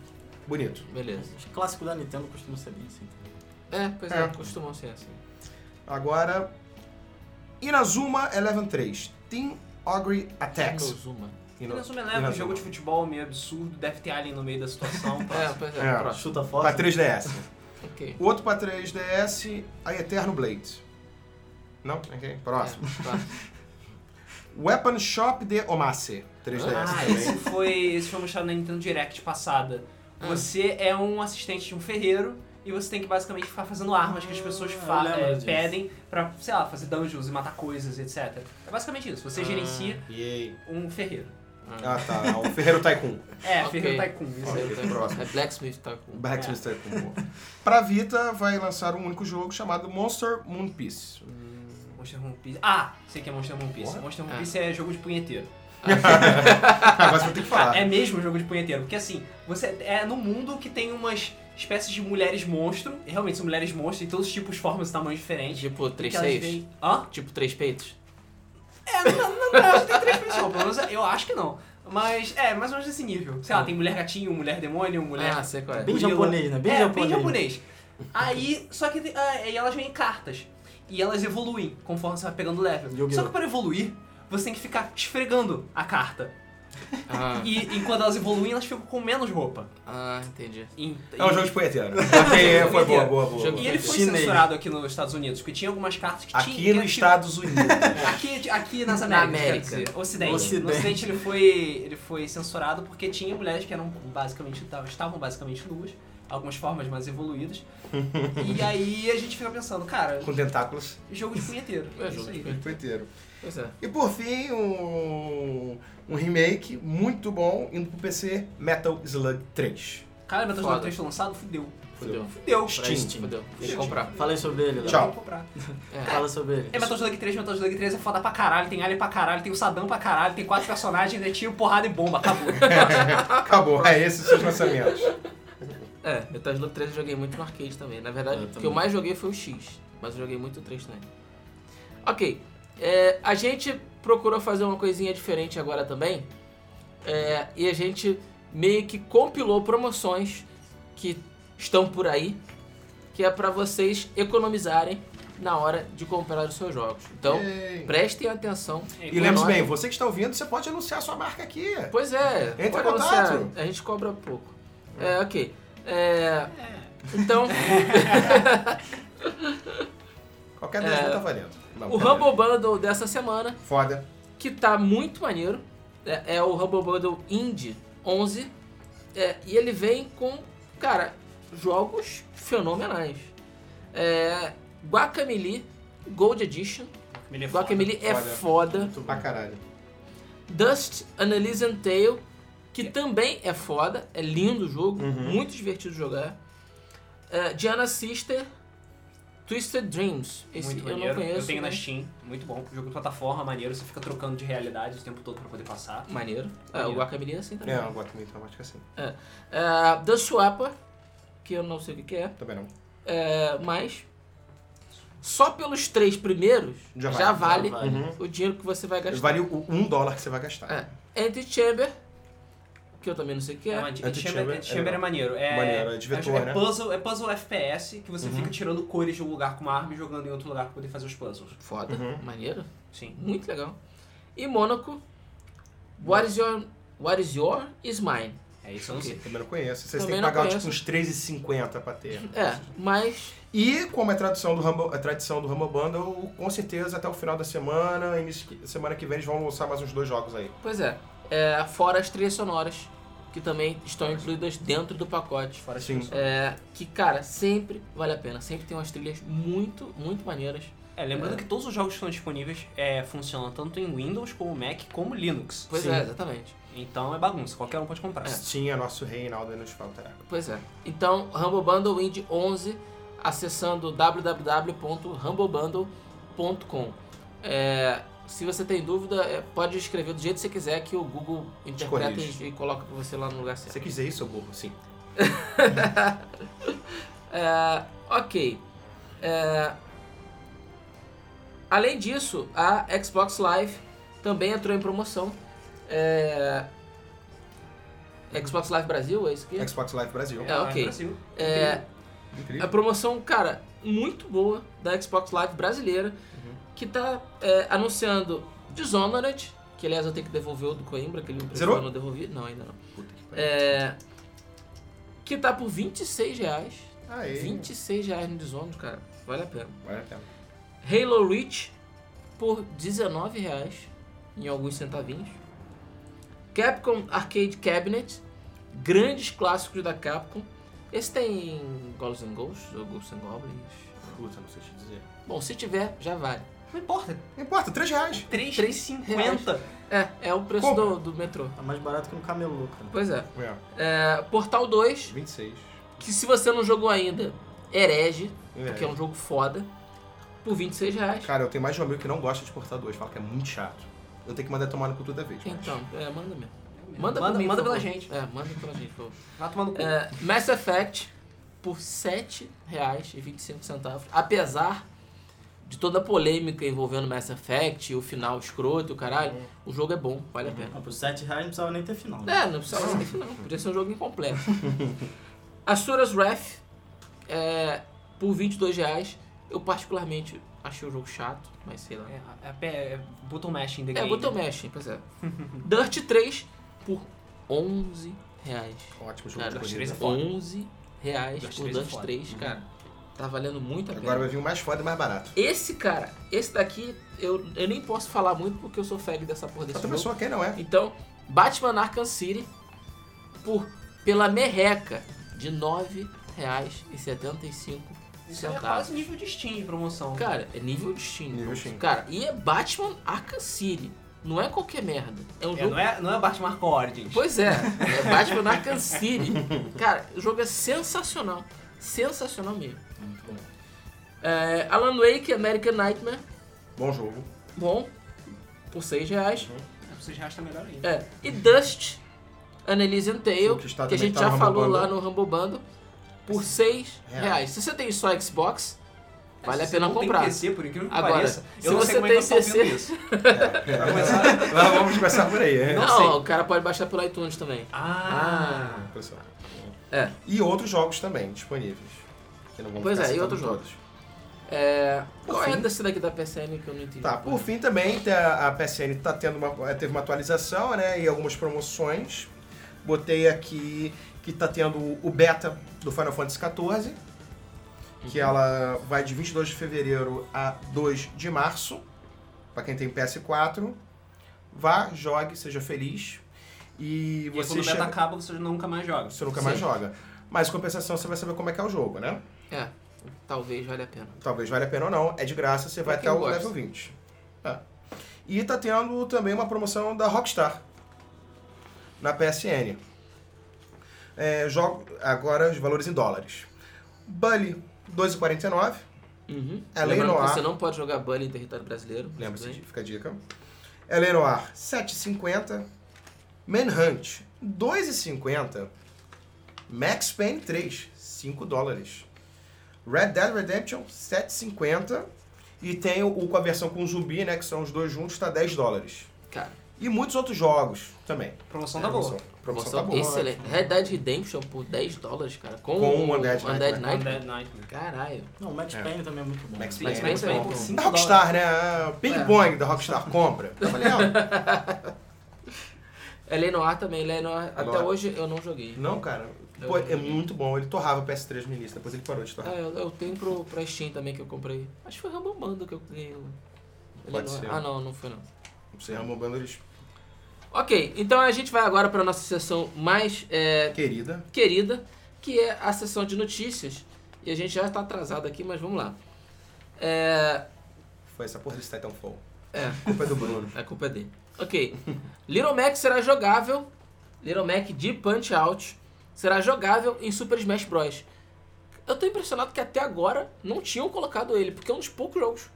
Bonito. Beleza. Os clássicos da Nintendo costumam ser bem assim. É, pois é, É. costumam ser assim. Agora, Inazuma Eleven 3. Team Ogre Attacks. Inozuma. E Ino- na Suma Eleven, Inazuma. é jogo de futebol meio absurdo, deve ter alien no meio da situação. É, próximo. pois é, É. próximo. Chuta né? foto. Pra 3DS. Ok. O outro pra 3DS, a Eterno Blade. Não? Ok. Próximo. É, próximo. Weapon Shop de Omase. 3DS É. Ah, também. esse foi, esse foi mostrado na Nintendo Direct passada. Ah. Você é um assistente de um ferreiro e você tem que basicamente ficar fazendo armas que as pessoas Ah, eu fa- lembro eh, disso. pedem pra, sei lá, fazer dungeons e matar coisas, etc. É basicamente isso. Você Ah. gerencia Yay. um ferreiro. Ah, tá. O Ferreiro Tycoon. É, Ok. ferreiro tycoon, isso aí. Ok. Então, próximo. É Blacksmith tá com. Blacksmith É. Tycoon. pô. Pra Vita, vai lançar um único jogo chamado Monster Moon Piece. Monster One Piece. Ah, sei que é Monster One Piece. Porra. Monster One É. Piece é jogo de punheteiro. Agora você vai ter que falar. É mesmo jogo de punheteiro, porque assim, você é no mundo que tem umas espécies de mulheres monstro, e realmente são mulheres monstro, e todos os tipos, formas e tamanhos diferentes. Tipo, E três que elas seios? vêm- Hã? Tipo, três peitos? É, não, não, não, acho que tem três pessoas, pelo menos eu acho que não. Mas é, mais ou menos desse nível. Sei lá, tem mulher gatinho, mulher demônio, mulher. Ah, sei qual é. Tá. Bem gorila. japonês, né? Bem é, japonês. bem japonês. Aí, só que ah, aí elas vêm em cartas. E elas evoluem conforme você vai pegando level. Yu-Gi-Oh! Só que para evoluir, você tem que ficar esfregando a carta. Ah, E, e quando elas evoluem, elas ficam com menos roupa. ah, entendi. E- É um jogo de punheteiro. Ok, é, foi boa, boa, boa. Jogo- e ele foi Chinês. censurado aqui nos Estados Unidos, porque tinha algumas cartas que tinha. Aqui nos que era tipo- Estados Unidos. Aqui, aqui nas Na Américas, quer América. dizer, Ocidente. Ocidente. No Ocidente ele foi, ele foi censurado porque tinha mulheres que eram basicamente estavam basicamente nuas, algumas formas mais evoluídas. e aí a gente fica pensando, cara, Com tentáculos. jogo de punheteiro. É, É isso jogo de aí. punheteiro. Punheteiro. Pois é. E por fim, um, um remake muito bom indo pro PC, Metal Slug 3. Cara, Metal Foda. Slug 3 foi lançado, fudeu. Fudeu. Fudeu. Steam. Fudeu. Tem que Gente. comprar. Fala aí sobre ele, Léo. Tchau. Vou comprar. É. Fala sobre ele. É Metal Slug 3, Metal Slug 3 é foda pra caralho, tem alien pra caralho, tem o Saddam pra caralho, tem quatro personagens, é tiro, porrada e bomba, acabou. Acabou. É esses os seus lançamentos. É, Metal Slug 3 eu joguei muito no arcade também. Na verdade, É, Eu o que também. eu mais joguei foi o X, mas eu joguei muito o 3 também. Ok, é, a gente procurou fazer uma coisinha diferente agora também. É, e a gente meio que compilou promoções que estão por aí, que é pra vocês economizarem na hora de comprar os seus jogos. Então, Yay. prestem atenção. É. E lembre-se bem, você que está ouvindo, você pode anunciar sua marca aqui. Pois é, Entra em pode contato. anunciar, A gente cobra pouco. É, ok. É, então, Qualquer 10 não tá valendo. Não, É. o tá valendo. Humble Bundle dessa semana, Foda. que tá muito maneiro, é, é o Humble Bundle Indie 11, é, e ele vem com, cara, jogos fenomenais. É, Guacamelee Gold Edition, Guacamelee é foda, Pra caralho. Dust Analyse and Tale, que também é foda, é lindo o jogo, muito divertido de jogar. É, Diana Sister, Twisted Dreams. Esse muito eu maneiro. não conheço. né? eu tenho na mas- Steam, muito bom. Jogo de plataforma, maneiro, você fica trocando de realidade o tempo todo pra poder passar. Maneiro. É, o Maneiro. Guacamelee é assim também. É, eu gosto muito automático assim. É, The Swapper, que eu não sei o que que é, Também não. é, mas só pelos três primeiros já, Já vale, vale. Vale. o dinheiro que você vai gastar. Vale o 1 dólar que você vai gastar. Uhum. É, Antichamber, que eu também não sei o que é. É, mas Antichamber Antichamber é Antichamber é legal. maneiro. É, Maneiro, é de vetor, é né? puzzle, é puzzle FPS que Uhum. você fica tirando cores de um lugar com uma arma e jogando em outro lugar pra poder fazer os puzzles. Foda, maneiro, Sim. muito legal. E Mônaco, What is your, what is, your is mine. É isso, eu não sei. Também não conheço. Vocês Também têm que não pagar conheço. tipo uns 3,50 pra ter. É, mas E como é tradição do Humble, é tradição do Humble Bundle, com certeza até o final da semana, início, semana que vem eles vão lançar mais uns dois jogos aí. Pois é. É, fora as trilhas sonoras, que também estão incluídas dentro do pacote. Fora Sim. isso. É, que, cara, sempre vale a pena. Sempre tem umas trilhas muito, muito maneiras. É, lembrando que todos os jogos que estão disponíveis é, funcionam tanto em Windows, como Mac, como Linux. Pois Sim. é, exatamente. Então é bagunça, qualquer um pode comprar. Tinha é nosso Reinaldo aí nos faltará. Pois é. Então, Humble Bundle Indie 11, acessando www.humblebundle.com. É, se você tem dúvida, é, pode escrever do jeito que você quiser, que o Google interpreta corrige. e, e coloca pra você lá no lugar certo. Você quis dizer isso, seu burro? Sim. É, ok. É, além disso, a Xbox Live também entrou em promoção. É, Xbox Live Brasil, é isso aqui? Xbox Live Brasil. É, ok. Então, Brasil. É, A Incrível. promoção, cara, muito boa da Xbox Live brasileira, que tá é, anunciando Dishonored, que aliás eu tenho que devolver o do Coimbra, que ele me emprestou, Zerou? eu não devolvi. Não, ainda não. Puta que pariu. É, que tá por 26 reais. Aê. 26 reais no Dishonored, cara. Vale a pena. Vale a pena. Halo Reach por 19 reais em alguns centavinhos. Capcom Arcade Cabinet, grandes clássicos da Capcom. Esse tem Goblins and Ghosts ou Ghosts and Goblins. Puta, não sei te dizer. Bom, se tiver, já vale. Não importa, Não importa, 3 reais. 3,50. É, é o preço Compra. do, do metrô. Tá mais barato que um camelô, cara. Pois é. É, É, Portal 2, 26. que se você não jogou ainda, herege, É. porque é um jogo foda, por 26 reais. Cara, eu tenho mais de um amigo que não gosta de portar 2, fala que é muito chato. Eu tenho que mandar tomar no cu toda vez. mas- Então, é, manda mesmo. Manda, Manda, manda, por mim, por pela favor. gente. É, manda pela gente, por favor. Vai tomar no cu. É, Mass Effect por R$ 7,25. Apesar de toda a polêmica envolvendo Mass Effect, o final escroto, o caralho, o jogo é bom, vale a pena. Não, por 7 reais não precisava nem ter final. né? É, não precisava ser final, podia ser um jogo incompleto. Asura's Wrath é, por R$ 22 reais. Eu particularmente achei o jogo chato, mas sei lá. É, é, pé- é button mashing the É, game. botou mexem, pois é. Dirt 3 por R$ 11 reais. Ótimo jogo Cara, de Dust corrida. 3 é foda. 11 reais Dust por 3 é Dust foda. 3, cara. Tá valendo muito a pena. Agora vai vir o mais foda e mais barato. Esse cara, esse daqui, eu, eu nem posso falar muito porque eu sou fag dessa porra desse Outra jogo. pessoa, quem não é? Então, Batman Arkham City por, pela merreca de R$ 9,75. Isso é centavos. quase um. nível de Steam de promoção. Cara, é nível de Steam. Nível Steam. Cara, e é Batman Arkham City. Não é qualquer merda. É um É, jogo não, é, não é Batman Arkham Origins. Pois é, é Batman Arkham City. Cara, o jogo é sensacional. Sensacional mesmo. É, Alan Wake, American Nightmare, Bom jogo. bom, por 6 reais. É, vocês já estão melhor ainda. É, e Dust, An Elysian Tale, Sim, que está que a também gente tá já no falou Humble lá no Humble Bundle, por 6 É. reais. Se você tem só Xbox, vale a Se pena não comprar. Tem PC, por incrível que Agora, pareça. se eu não você sei como tem é que eu tô PC ouvindo isso. É. Vai começar- Nós vamos começar por aí, é. Não Não, sei. o cara pode baixar pelo iTunes também. Ah, Pessoal. É. E outros jogos também disponíveis. Que não vamos Pois ficar é, e citando outros todos. É, qual é fim- desse daqui da PSN que eu não entendi? Tá, por fim também tem a a PSN tá tendo uma, eh, teve uma atualização, né? E algumas promoções. Botei aqui que tá tendo o beta do Final Fantasy XIV, que ela vai de 22 de fevereiro a 2 de março. Pra quem tem PS4, vá, jogue, seja feliz. E e você quando o chega- beta acaba, você nunca mais joga. você nunca mais Sim. joga. Mas em compensação você vai saber como é que é o jogo, né? É, talvez valha a pena. Talvez valha a pena ou não, é de graça, você Pra vai quem até o gosta. level 20. É. E tá tendo também uma promoção da Rockstar na PSN. É, jogo agora os valores em dólares. Bully 2,49, Uhum. É lei Lembrando Noir. que você não pode jogar Bunny em território brasileiro. mas lembra-se, tudo de- bem. fica a dica. LA Noir 7,50, Manhunt 2,50, Max Payne 3, 5 dólares. Red Dead Redemption 7,50 e tem o, o com a versão com zumbi, né, que são os dois juntos, tá 10 dólares. Cara, E muitos outros jogos também. Promoção tá boa. A promoção É, promoção tá boa. um excelente. Red Dead Redemption por 10 dólares, cara. Com, Com o Undead Undead Nightmare. Nightmare. Undead Nightmare. Caralho. Não, o Max É. Payne também é muito bom. Max Sim, Mas Payne. Payne. mas vem por bom. cinco Da Rockstar, né? Ping É. Pong da Rockstar compra. Eu falei, não, É Lenoir também. Lenoir, até Agora- hoje eu não joguei. não, cara. Pô, é muito bom. Ele torrava o PS3 no início, depois ele parou de torrar. Ah, eu, eu tenho pro, pra Steam também que eu comprei. Acho que foi Rambo Bando que eu ganhei. o Pode Lenoir. ser. Ah, não, não foi não. Você é uma banda eles- Ok, então a gente vai agora pra nossa sessão mais é, querida. querida, que é a sessão de notícias. E a gente já tá atrasado aqui, mas vamos lá. É, Foi essa porra desse Titanfall. É. Culpa é do Bruno. A culpa é dele. Ok. Little Mac será jogável. Little Mac de Punch Out será jogável em Super Smash Bros. Eu tô impressionado que até agora não tinham colocado ele, porque é um dos poucos jogos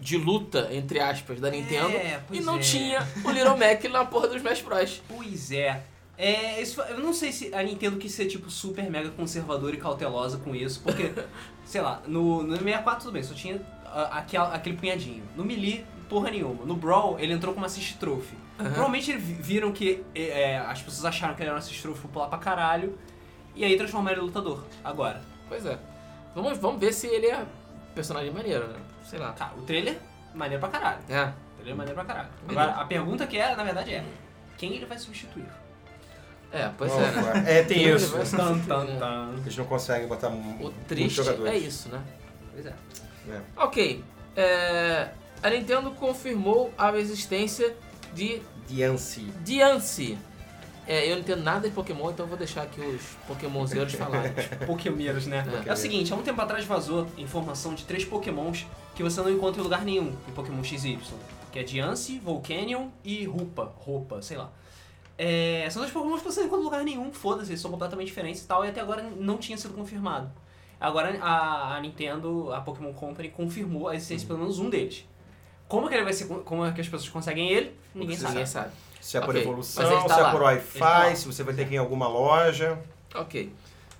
de luta, entre aspas, da Nintendo. e pois não é. tinha o Little Mac na porra do Smash Bros. Pois é. É, isso, eu não sei se a Nintendo quis ser, tipo, super mega conservadora e cautelosa com isso, porque, sei lá, no, no 64 tudo bem, só tinha ah, aquela- aquele punhadinho. No Melee, porra nenhuma. No Brawl, ele entrou com uma assist trophy. Provavelmente eles vi- viram que é, é, as pessoas acharam que ele era um assist trophy popular pra caralho, e aí transformaram ele em lutador, agora. Pois é. Vamos, vamos ver se ele é personagem maneiro, né? Sei lá. Cara, Tá, o trailer, maneiro pra caralho. É. O trailer é maneiro pra caralho. Maneiro. Agora, a pergunta que é, na verdade, é quem ele vai substituir? É, pois é, né? Opa, é, tem Ele isso. vai Tan, tan, substituir, né? tan. Eles não conseguem botar um, mu- O muitos triste jogadores. é isso, né? Pois é. É. Ok. é, A Nintendo confirmou a existência de Diancy. Diancie. É, eu não entendo nada de Pokémon, então eu vou deixar aqui os Pokémonzeiros falarem. Pokémeiros, né? É. É. o seguinte, há um tempo atrás vazou informação de três pokémons que você não encontra em lugar nenhum em Pokémon XY. Que é Diancie, Volcanion e Rupa. Rupa, sei lá. É, são dois pokémons que você não encontra em lugar nenhum, foda-se, eles são completamente diferentes e tal, e até agora não tinha sido confirmado. Agora a, a Nintendo, a Pokémon Company, confirmou a existência de pelo menos um deles. Como que ele vai ser, como é que as pessoas conseguem ele? Ninguém sabe. Ninguém sabe. Se é por Ok, evolução, mas ele tá se é lá. por tá lá. Wi-Fi, se você vai ter que ir em alguma loja. Ok.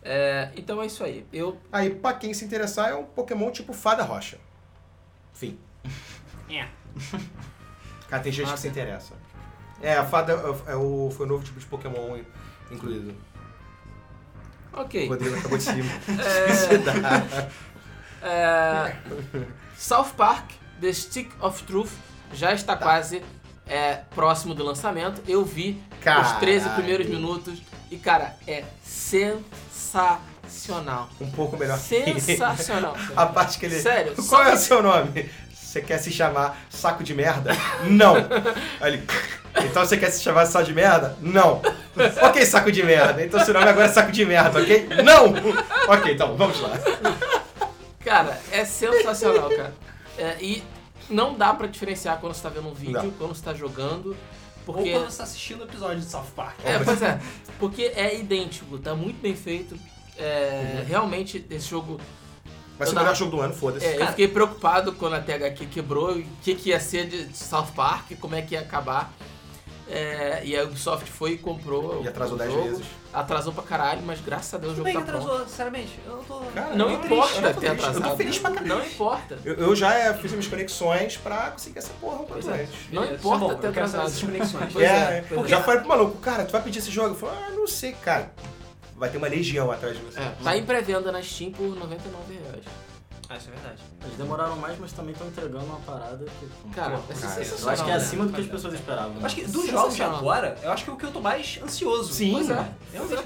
É, então é isso aí. Eu Aí, pra quem se interessar, é um Pokémon tipo Fada Rocha. Fim. É. Cara, tem gente Ah, que se interessa. É, a Fada é o, foi o novo tipo de Pokémon in- incluído. O Ok. Rodrigo acabou de se É, é, South Park, The Stick of Truth, já está Tá. quase é, próximo do lançamento. Eu vi os 13 Caralho. primeiros minutos e, cara, é sensacional. Um pouco melhor que ele. Sensacional. A parte que ele. Sério, Qual só é o seu nome? Você quer se chamar saco de merda? Não. Aí ele. Então você quer se chamar saco de merda? Não. Ok, saco de merda. Então seu nome agora é saco de merda, ok? Não! Ok, então, vamos lá. Cara, é sensacional, cara. É, e não dá pra diferenciar quando você tá vendo um vídeo, Não. quando você tá jogando, Ou porque... quando você tá assistindo o episódio de South Park. É, pois é. Porque é idêntico, tá muito bem feito. É, Uhum. Realmente, esse jogo... Vai ser o Não. melhor jogo do ano, foda-se. é, eu fiquei preocupado quando a THQ quebrou, o que, que ia ser de South Park, como é que ia acabar. É, e a Ubisoft foi e comprou E atrasou o 10 jogo. vezes. Atrasou pra caralho, mas graças a Deus o Tudo jogo bem que tá pronto. atrasou, sinceramente. Eu não né? tô. Cara, Não eu tô triste, importa eu tô ter triste, eu tô atrasado. feliz pra caralho. Não importa. Eu, eu já é, fiz minhas conexões pra conseguir essa porra Pois quanto é. antes. Não Beleza, importa tá bom, ter eu quero saber atrasado. essas conexões. Pois é, é, é. pois já falei pro maluco, cara, tu vai pedir esse jogo? Ele falou, ah, não sei, cara. Vai ter uma legião atrás de você. É, tá em pré-venda na Steam por R$ 99 reais. Ah, isso é verdade. Eles demoraram mais, mas também estão entregando uma parada que. Cara, Pô, é cara, Eu acho sensacional. que é né? acima do que as pessoas esperavam. né? Eu acho que dos Sensacional. jogos de agora, eu acho que é o que eu tô mais ansioso. Sim. Pois é, né? um pois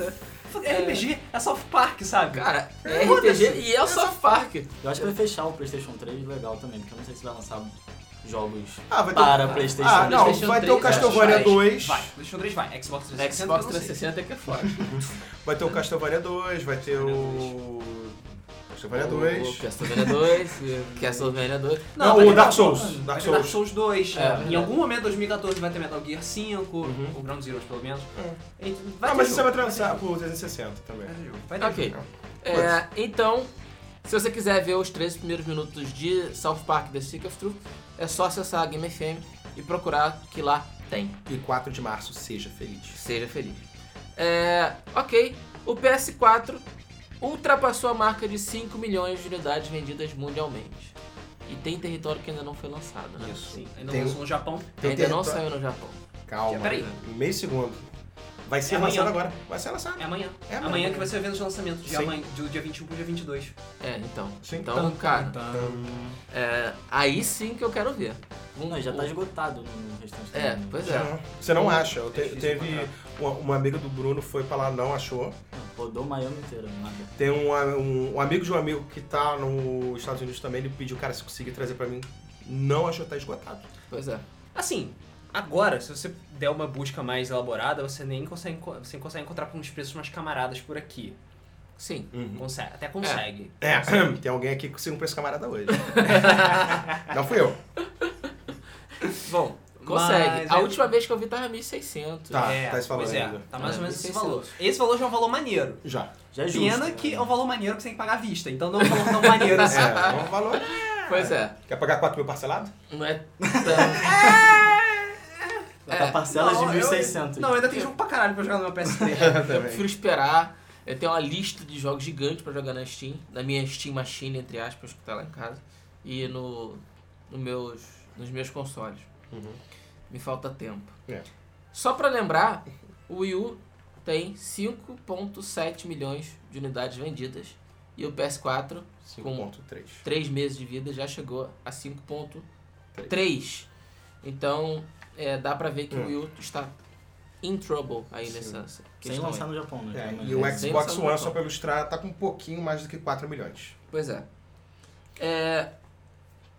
é, pois é. É RPG é South Park, sabe? Cara, é Foda-se. RPG e é o South Park. Eu acho que vai fechar o PlayStation 3 legal também, porque eu não sei se vai lançar jogos Ah, vai ter para PlayStation Ah, não, PlayStation vai ter o 3, Castlevania vai, 2, Vai, PlayStation 3 vai, Xbox 360. Xbox eu não sei. 360 é que é foda. vai ter o Castlevania 2, vai ter o. Castlevania 2. O Castlevania 2, e o Castlevania 2. Não, vai o ter Dark Souls. Vai Dark ter Dark Souls. Souls 2. É, em verdade. algum momento, em 2014, vai ter Metal Gear 5, ou Ground Zeroes pelo menos. E Vai Ah, ter mas jogo, isso vai ter transar jogo, pro 360 também. Vai ter jogo, vai ter Ok. Não. É, então, se você quiser ver os 13 primeiros minutos de South Park The Stick of Truth, é só acessar a Game FM e procurar que lá tem. E 4 de março, seja feliz. Seja feliz. É, ok, o PS4 ultrapassou a marca de 5 milhões de unidades vendidas mundialmente. E tem território que ainda não foi lançado, né? Isso. Sim, ainda Tem- lançou no Japão. Tem ainda não território- saiu no Japão. Calma. Peraí. Meio segundo. Vai ser É amanhã. lançado agora. Vai ser lançado. É amanhã. É amanhã. amanhã que vai ser o evento de lançamento, de Sim. amanhã, do dia 21 pro dia 22. É, então. Sim. Então, cara, Hum, é, aí sim que eu quero ver. Um- Não, já tá um- esgotado no restante É, do- pois já é. não- Você não acha. Eu te- É difícil teve uma, uma amiga do Bruno foi pra lá, não achou. Rodou Miami né? inteira, nada. Tem um, um- um amigo de um amigo que tá nos Estados Unidos também, ele pediu, cara, se conseguir trazer pra mim. Não achou, tá esgotado. Pois é. Assim, agora, se você der uma busca mais elaborada, você nem consegue, enco- você consegue encontrar com uns preços mais camaradas por aqui. Sim. Consegue, até consegue. É, tem alguém aqui que conseguiu um preço camarada hoje. não fui eu. Bom, consegue. mas A é- última vez que eu vi tava 1.600. Tá, tá esse valor pois é, ainda. tá mais ou É, menos esse 1600. valor. Esse valor já é um valor maneiro. Já. Já é justo. Pena que é um valor maneiro que você tem que pagar à vista, então não é um valor tão maneiro assim. É, é um valor. Pois é. Quer pagar 4 mil parcelado? Não é tão... Vai dar parcelas Não, de eu- 1.600. Não, ainda tem jogo pra caralho pra jogar no meu PS3. Eu Também. prefiro esperar. Eu tenho uma lista de jogos gigante pra jogar na Steam. Na minha Steam Machine, entre aspas, que tá lá em casa. E no, no meus, nos meus consoles. Uhum. Me falta tempo. É. Só pra lembrar, o Wii U tem 5.7 milhões de unidades vendidas. E o PS4, com 5.3. 3 meses de vida, já chegou a 5.3. Então, é, dá pra ver que o Hum. Wii U está in trouble aí Sim. nessa nessa Sem questão. lançar aí. no Japão, né? É, Então, e o É, sem Xbox noção One, do só Japão. pra ilustrar, tá com um pouquinho mais do que 4 milhões. Pois é. É,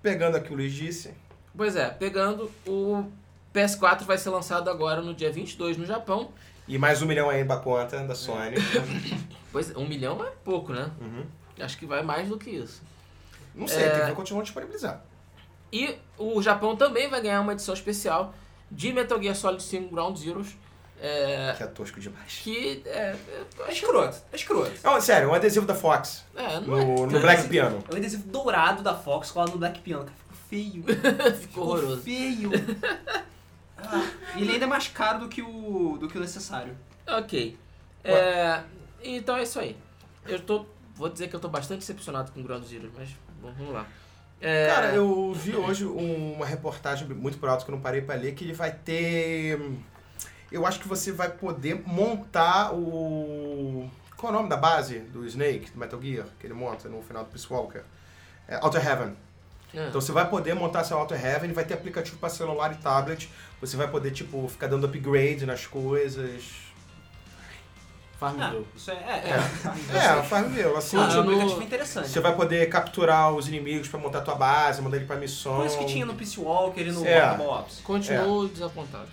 Pegando aqui o que o Luiz disse, Pois é, pegando, o PS4 vai ser lançado agora no dia 22 no Japão. e mais um milhão aí pra conta É. da Sony. Pois é, um milhão é pouco, né? Uhum. Acho que vai mais do que isso. Não sei, tem É. que continuar disponibilizar. E o Japão também vai ganhar uma edição especial de Metal Gear Solid 5 Ground Zeroes, é, Que é tosco demais. que é, É escroto, é escroto. Não, sério, um adesivo da Fox. é, não é No, no tanto. Black Piano. É um adesivo dourado da Fox colado no Black Piano, cara. Ficou feio. Ficou horroroso. feio. Ah, e ele ainda é mais caro do que o, do que o necessário. Ok. É, então é isso aí. Eu tô. Vou dizer que eu tô bastante decepcionado com Ground Zeroes, mas bom, vamos lá. É, Cara, eu vi hoje uma reportagem muito por alto que eu não parei pra ler, que ele vai ter. Eu acho que você vai poder montar o. Qual é o nome da base do Snake, do Metal Gear, que ele monta no final do Peace Walker? É, Outer Heaven. é. Então você vai poder montar seu Outer Heaven, vai ter aplicativo pra celular e tablet, você vai poder, tipo, ficar dando upgrade nas coisas. Ah, Farmville. isso é. É, é. Uhum. É, faz meu, assim. Ah, Continua. é um aplicativo interessante. Você vai poder capturar os inimigos pra montar tua base, mandar ele pra missão. Por isso que tinha no Peace Walker e no É. é. Ops. Continuo desapontado.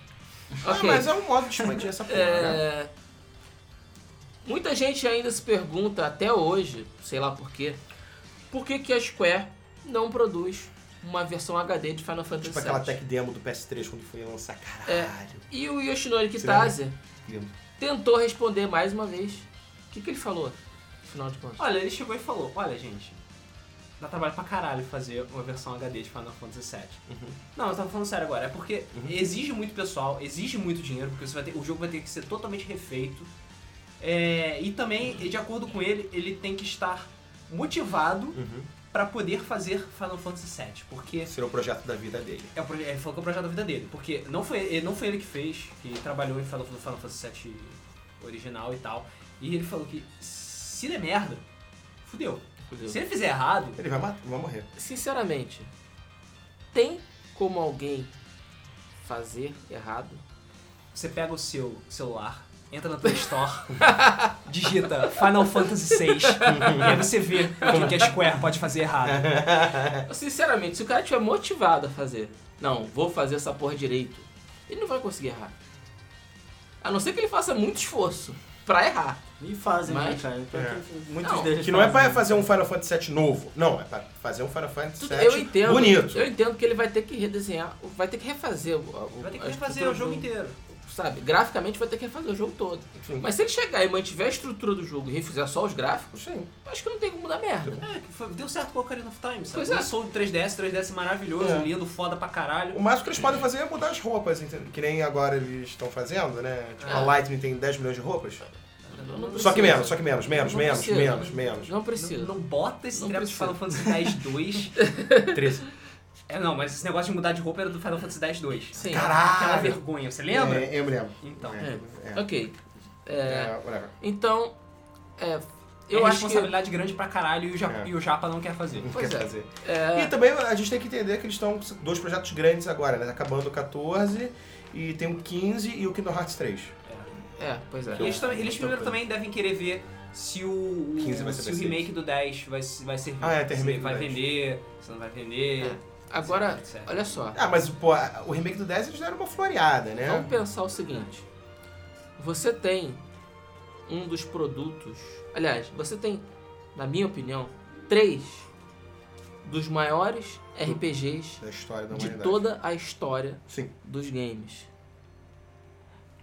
Ah, Ok. mas é um modo de expandir essa porra, né? É, Muita gente ainda se pergunta até hoje, sei lá porquê, por que, que a Square não produz uma versão HD de Final Fantasy Tipo VII? aquela tech demo do PS3 quando foi lançar, É. caralho. E o Yoshinori Kitase Lindo. tentou responder mais uma vez. O que, que ele falou, afinal de contas? Olha, ele chegou e falou: Olha, gente, dá trabalho pra caralho fazer uma versão HD de Final Fantasy VII. Não, eu tava falando sério agora. É porque exige muito pessoal, exige muito dinheiro, porque você vai ter, o jogo vai ter que ser totalmente refeito. É, e também, de acordo com ele, ele tem que estar motivado Uhum. pra poder fazer Final Fantasy VII, porque Será o projeto da vida dele. é o proje- ele falou que é o projeto da vida dele, porque não foi, ele- não foi ele que fez, que trabalhou em Final, no Final Fantasy VII original e tal. E ele falou que se der merda, fudeu. Inclusive. Se ele fizer errado, Ele vai, matar, vai morrer. Sinceramente, tem como alguém fazer errado? você pega o seu celular, entra na Play Store, digita Final Fantasy VI, e aí você vê o que que a Square pode fazer errado. É. Sinceramente, se o cara tiver motivado a fazer, não, vou fazer essa porra direito, ele não vai conseguir errar. A não ser que ele faça muito esforço pra errar. E fazem, Mas- né, cara? Então, É. que- Muitos Não, deles Que não é pra fazem. né? fazer um Final Fantasy VII novo. Não, é pra fazer um Final Fantasy Tudo- VII eu entendo. bonito. Eu entendo que ele vai ter que redesenhar, vai ter que refazer o. o- Vai ter que a refazer estrutura o jogo do- inteiro. Sabe? Graficamente vai ter que refazer o jogo todo. Sim. Mas se ele chegar e mantiver a estrutura do jogo e refizer só os gráficos, Sim. acho que não tem como dar merda. É, que foi- deu certo com o Ocarina of Time, sabe? Pois Pois é. Lançou um o 3DS, 3DS maravilhoso, É. lindo, foda pra caralho. O máximo que eles podem fazer é mudar as roupas, entendeu? Que nem agora eles estão fazendo, né? Tipo, a É. Lightning tem 10 milhões de roupas. Não Só que precisa. menos, só que menos, menos, Não menos, precisa. menos, menos. Não Não, precisa. não bota esse Não treco de precisa. Final Fantasy X 2. 13. é, não, mas esse negócio de mudar de roupa era do Final Fantasy X 2. Sim. Aquela Caralho! vergonha, você lembra? É, eu me lembro. Então. É, é. Ok. É, É, whatever. Então, é, Eu eu é acho que. responsabilidade grande pra caralho e o, ja É. e o Japa não quer fazer. Não Pois quer é. fazer. É, E também a gente tem que entender que eles estão com dois projetos grandes agora, né? Tá Acabando o 14 e tem o 15 e o Kingdom Hearts 3. é, pois é. E Eles, também- eles Outra primeiro coisa. também devem querer ver se o, 15 vai ser se o P6. remake do 10 vai, se- vai ser Ah, é, tem se remake do vai 10. vender, se não vai vender. É. Agora, Certo. olha só. Ah, mas pô, o remake do 10 eles deram uma floreada, né? Vamos pensar o seguinte. Você tem um dos produtos. Aliás, você tem, na minha opinião, três dos maiores RPGs Da história da de humanidade. toda a história Sim. dos games.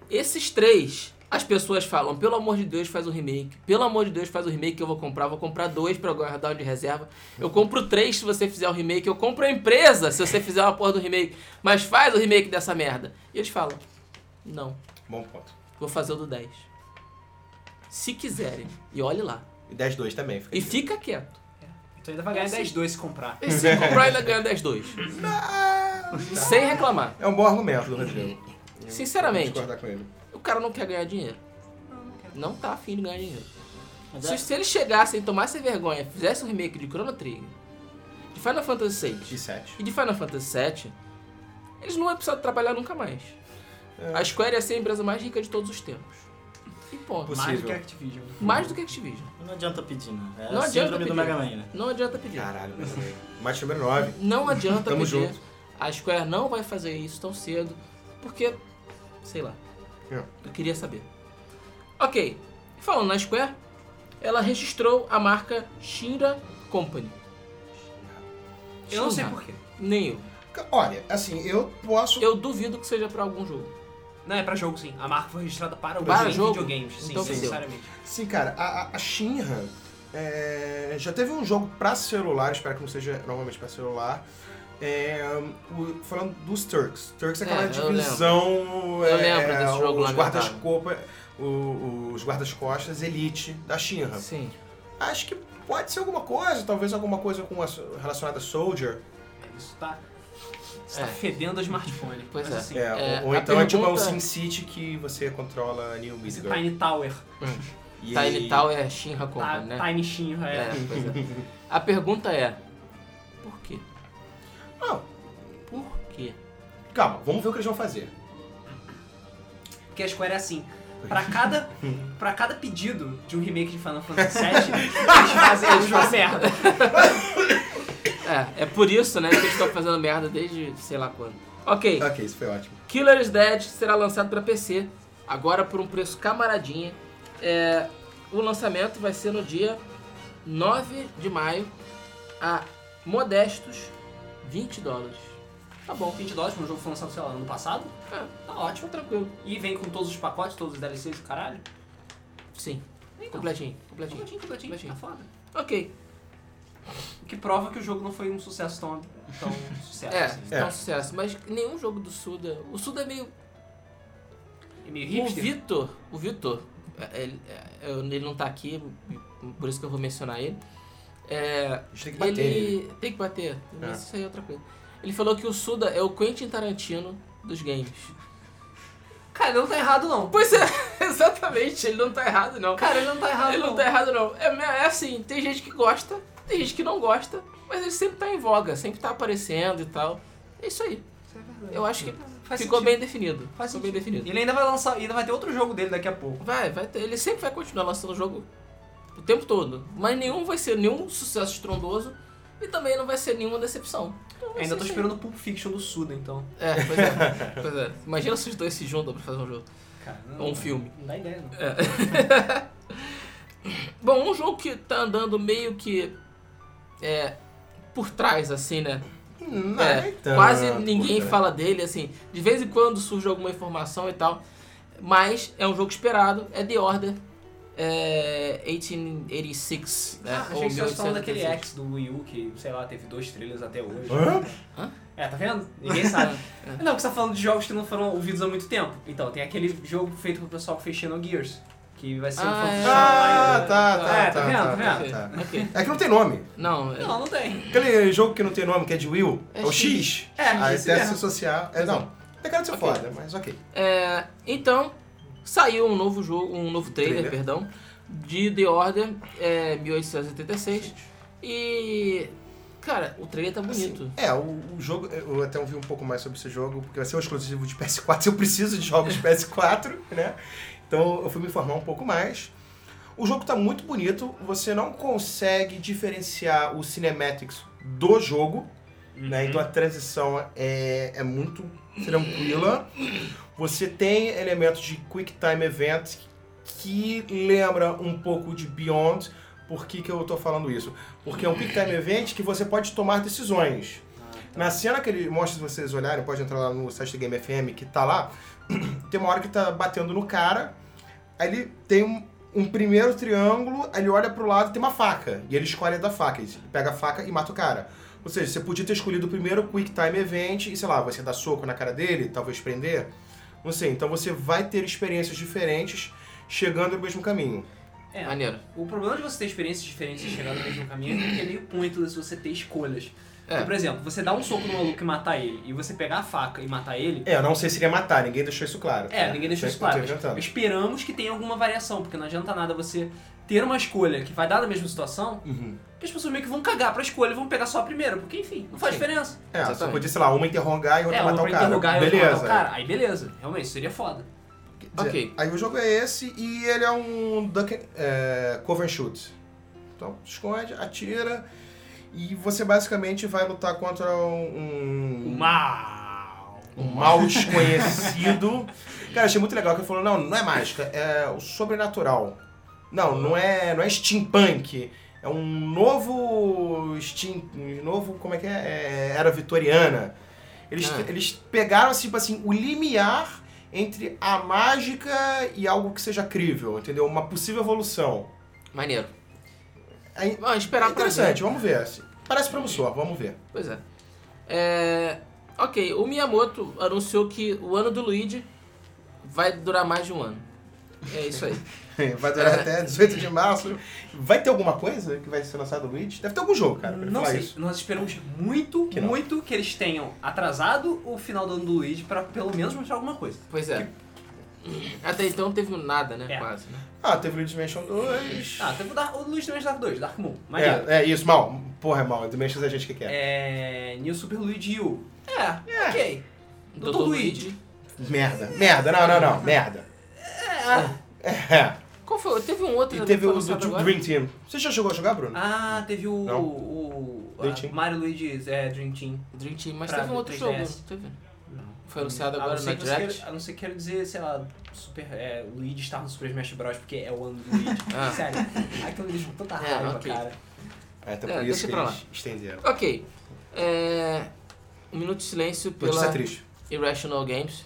Esses três, as pessoas falam, pelo amor de Deus, faz um remake. Pelo amor de Deus, faz um remake que eu vou comprar. Vou comprar dois pra eu guardar um de reserva. Eu compro três se você fizer o remake. Eu compro a empresa se você fizer uma porra do remake. Mas faz o remake dessa merda. E eles falam, não, Bom ponto. vou fazer o do 10. Se quiserem. E olhe lá. E 10-2 também. Fica E fica quieto. Então ainda vai ganhar Esse- 10-2 se comprar. E se comprar, ainda ganha 10-2. Sem reclamar. É um bom argumento do Rodrigo. Eu Sinceramente. vou discordar com ele. O cara não quer ganhar dinheiro. Não tá afim de ganhar dinheiro. Mas Se, é- se eles chegassem, tomassem vergonha, fizessem um remake de Chrono Trigger, de Final Fantasy VI G7. e de Final Fantasy VII, eles não iam precisar trabalhar nunca mais. É. A Square ia ser a empresa mais rica de todos os tempos. E ponto. Possível. Mais do que a Activision. Mais do que a Activision. Não adianta pedir, né? É Não a síndrome adianta do pedir. Mega Man, né? Não adianta pedir. Caralho, meu Deus. Match número 9. Não adianta Tamo pedir. junto. A Square não vai fazer isso tão cedo, porque, sei lá, É. eu queria saber. Ok, falando na Square, ela registrou a marca Shinra Company. Eu não sei Shinra. porquê. Nem eu. Olha, assim, eu posso. Eu duvido que seja pra algum jogo. Não, é pra jogo sim. A marca foi registrada para o Para jogo em jogo? videogames, sim, Então fudeu. necessariamente. Sim, cara, a, a- a Shinra é, já teve um jogo pra celular, espero que não seja novamente pra celular. é, o- falando dos Turks. Turks é aquela É, eu divisão. é, Eu lembro desse jogo os lamentável. guardas os guardas-costas elite da Shinra. Sim. Acho que pode ser alguma coisa, talvez alguma coisa com a, relacionada a Soldier. Isso tá. Isso É. tá fedendo a smartphone. Pois mas é. assim, É, É, ou ou a então é tipo um pergunta- SimCity que você controla New Esse Midgard. Tiny Tower. E- Tiny Tower é Shinra Tá, Company, né? Tiny Shin, é. É, pois é. A pergunta é, por quê? Não, Por quê? calma, vamos ver o que eles vão fazer. Porque a Square é assim. Pra cada, pra cada pedido de um remake de Final Fantasy VII, eles fazem, eles fazem merda. É, é por isso, né, que eles estão fazendo merda desde sei lá quando. Ok, Ok, isso foi ótimo. Killer is Dead será lançado pra PC, agora por um preço camaradinha. É, o lançamento vai ser no dia 9 de maio, a modestos 20 dólares. Tá bom, 20 dólares pra um jogo que foi lançado, sei lá, ano passado. É, Tá ótimo. tranquilo. E vem com todos os pacotes, todos os DLCs do caralho. Sim, Então, completinho, completinho. completinho, completinho, tá foda. Ok, O que prova que o jogo não foi um sucesso tão, tão sucesso. é, assim. tá um sucesso, mas nenhum jogo do Suda... O Suda é meio E É meio O hipster. Vitor, o Vitor, é, ele, é, eu- ele não tá aqui, por isso que eu vou mencionar ele. É, A gente tem que bater. nele. né? ele tem que bater, É. mas isso aí é outra coisa. Ele falou que o Suda é o Quentin Tarantino dos games. Cara, ele não tá errado não. Pois é, exatamente, ele não tá errado não. Cara, ele não tá errado Ele não tá errado não. É, me- é assim, tem gente que gosta, tem gente que não gosta, mas ele sempre tá em voga, sempre tá aparecendo e tal. É isso aí. Isso é verdade. Eu acho que Faz ficou sentido. bem definido. ficou bem definido. Ele ainda vai lançar, ainda vai ter outro jogo dele daqui a pouco. Vai, vai ter. Ele sempre vai continuar lançando o jogo o tempo todo. Mas nenhum vai ser nenhum sucesso estrondoso e também não vai ser nenhuma decepção. Então vai Ainda ser tô isso esperando o Pulp Fiction do Suda, então. aí. É, pois é. pois é. Imagina se os dois se juntam pra fazer um jogo. Cara, Ou um filme. Não dá ideia, não. Bom, um jogo que tá andando meio que. É. Por trás, assim, né? Não, então. É, nem tanto, Quase ninguém cara. fala dele, assim. De vez em quando surge alguma informação e tal. Mas é um jogo esperado, é The Order. É. 1886. Né? Ah, Ou achei que você fosse falando daquele 1886. X do Wii U que, sei lá, teve dois trailers até hoje. Hã? É, tá vendo? Ninguém sabe. É. Não, que você tá falando de jogos que não foram ouvidos há muito tempo. Então, tem aquele jogo feito pro pessoal que fez Xenogears, que vai ser um Ah, fanfiction é. Ah, online, tá, tá, É, tá, tá vendo? tá, Tá Ok, tá, tá. ok. É que não tem nome. Não, tá. é- Não, não tem. Aquele jogo que não tem nome, que é de Will, é, É o X. X. É, Aí isso até mesmo. se associar. É, não. É cara de ser Ok. foda, mas ok. É, então, saiu um novo jogo, um novo trailer, Trailer. perdão, de The Order é, 1886. E. Cara, o trailer tá bonito. Assim, É, o, o jogo, eu até ouvi um pouco mais sobre esse jogo, porque vai ser um exclusivo de PS4, eu preciso de jogos de PS4, né? Então eu fui me informar um pouco mais. O jogo tá muito bonito, você não consegue diferenciar o cinematics do jogo, né? Então a transição é, é muito tranquila. Você tem elementos de Quick Time Event que lembra um pouco de Beyond. Por que, que eu tô falando isso? Porque é um Quick Time Event que você pode tomar decisões. Na cena que ele mostra, se vocês olharem, pode entrar lá no site da Game FM que tá lá, tem uma hora que tá batendo no cara, aí ele tem um, um primeiro triângulo, aí ele olha pro lado e tem uma faca. E ele escolhe a da faca, ele pega a faca e mata o cara. Ou seja, você podia ter escolhido o primeiro Quick Time Event e, sei lá, você dar soco na cara dele, talvez prender. Não sei, então você vai ter experiências diferentes chegando no mesmo caminho. É, Maneiro. O problema de você ter experiências diferentes e chegar no mesmo caminho é que é meio pointless você ter escolhas. É. Então, por exemplo, você dá um soco no maluco e matar ele, e você pegar a faca e matar ele, É, eu não sei se iria matar, ninguém deixou isso claro. É, ninguém deixou isso claro. Eu tô inventando. Esperamos que tenha alguma variação, porque não adianta nada você ter uma escolha que vai dar na mesma situação, Uhum. que as pessoas meio que vão cagar pra escolha e vão pegar só a primeira, porque enfim, não faz Sim. diferença. É, só Exatamente. podia, sei lá, uma interrogar e outra é, uma matar pra o cara. interrogar e outra Beleza. matar o cara. Aí beleza, realmente, seria foda. Quer dizer, Ok. Aí o jogo é esse e ele é um duck, and- é, cover and shoot. Então, esconde, atira e você basicamente vai lutar contra um... um- Mal. um mal desconhecido. Cara, achei muito legal que ele falou, não, não é mágica, é o sobrenatural. Não, não é, não é steampunk. É um novo steam, um novo, como é que é? É, era vitoriana. Eles, Ah. eles pegaram assim, tipo assim, o limiar entre a mágica e algo que seja crível, entendeu? Uma possível evolução. Maneiro. É in- Vamos esperar pra ver. interessante, vamos ver. assim. Parece promissor, vamos ver. Pois é. É, Ok, o Miyamoto anunciou que o ano do Luigi vai durar mais de um ano. É isso aí. Vai durar É. até 18 de março. Vai ter alguma coisa que vai ser lançado no Luigi? Deve ter algum jogo, cara, pra ele Não falar sei, isso. nós esperamos muito, Que não. muito que eles tenham atrasado o final do ano do Luigi pra pelo menos mostrar alguma coisa. Pois é. Até então não teve nada, né? É. Quase. Né? Ah, teve Luigi Mansion 2. Ah, teve o, Dar- o Luigi também Dark 2, Dark Moon. Maneiro. é, é isso, mal. Porra, é mal. Do Mansion a gente que quer. É. New Super Luigi U. É, ok. Dr. Dr. Luigi. Merda. Merda, não, não, não. Merda. É. Qual foi? Teve um outro E já teve foi o do lançado agora? Dream Team. Você já chegou a jogar, Bruno? Ah, teve o. Não. o, o- Dream a- Team. Mario Luigi é, Dream Team. Dream Team, mas Pra teve um outro jogo. 3DS. não Teve. Não. Foi anunciado A não agora ser na que você Direct. queira- a não ser que queira dizer, sei lá, Super, é, Luigi estar no Super Smash Bros. porque é o ano do Luigi. Ah. Sério, aquilo me deixa com tanta É, raiva, ok. cara. É, até É, por deixa isso que pra eles estenderam. Ok. É... Um minuto de silêncio Notícia pela é triste. Irrational Games.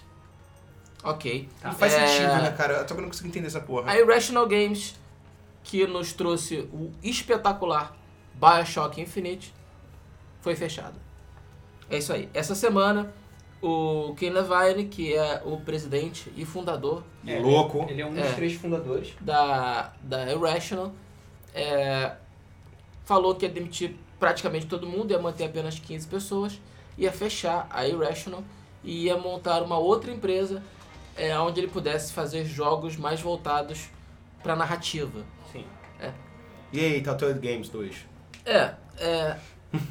Ok. Tá. Não faz É. sentido, né, cara? Eu também não consigo entender essa porra. A Irrational Games, que nos trouxe o espetacular Bioshock Infinite, foi fechada. É isso aí. Essa semana, o Ken Levine, que é o presidente e fundador E louco. Ele é um dos É. três fundadores. da, da Irrational, é, falou que ia demitir praticamente todo mundo, ia manter apenas 15 pessoas, ia fechar a Irrational e ia montar uma outra empresa é, onde ele pudesse fazer jogos mais voltados para narrativa. Sim. E aí, Telltale Games 2? É, é,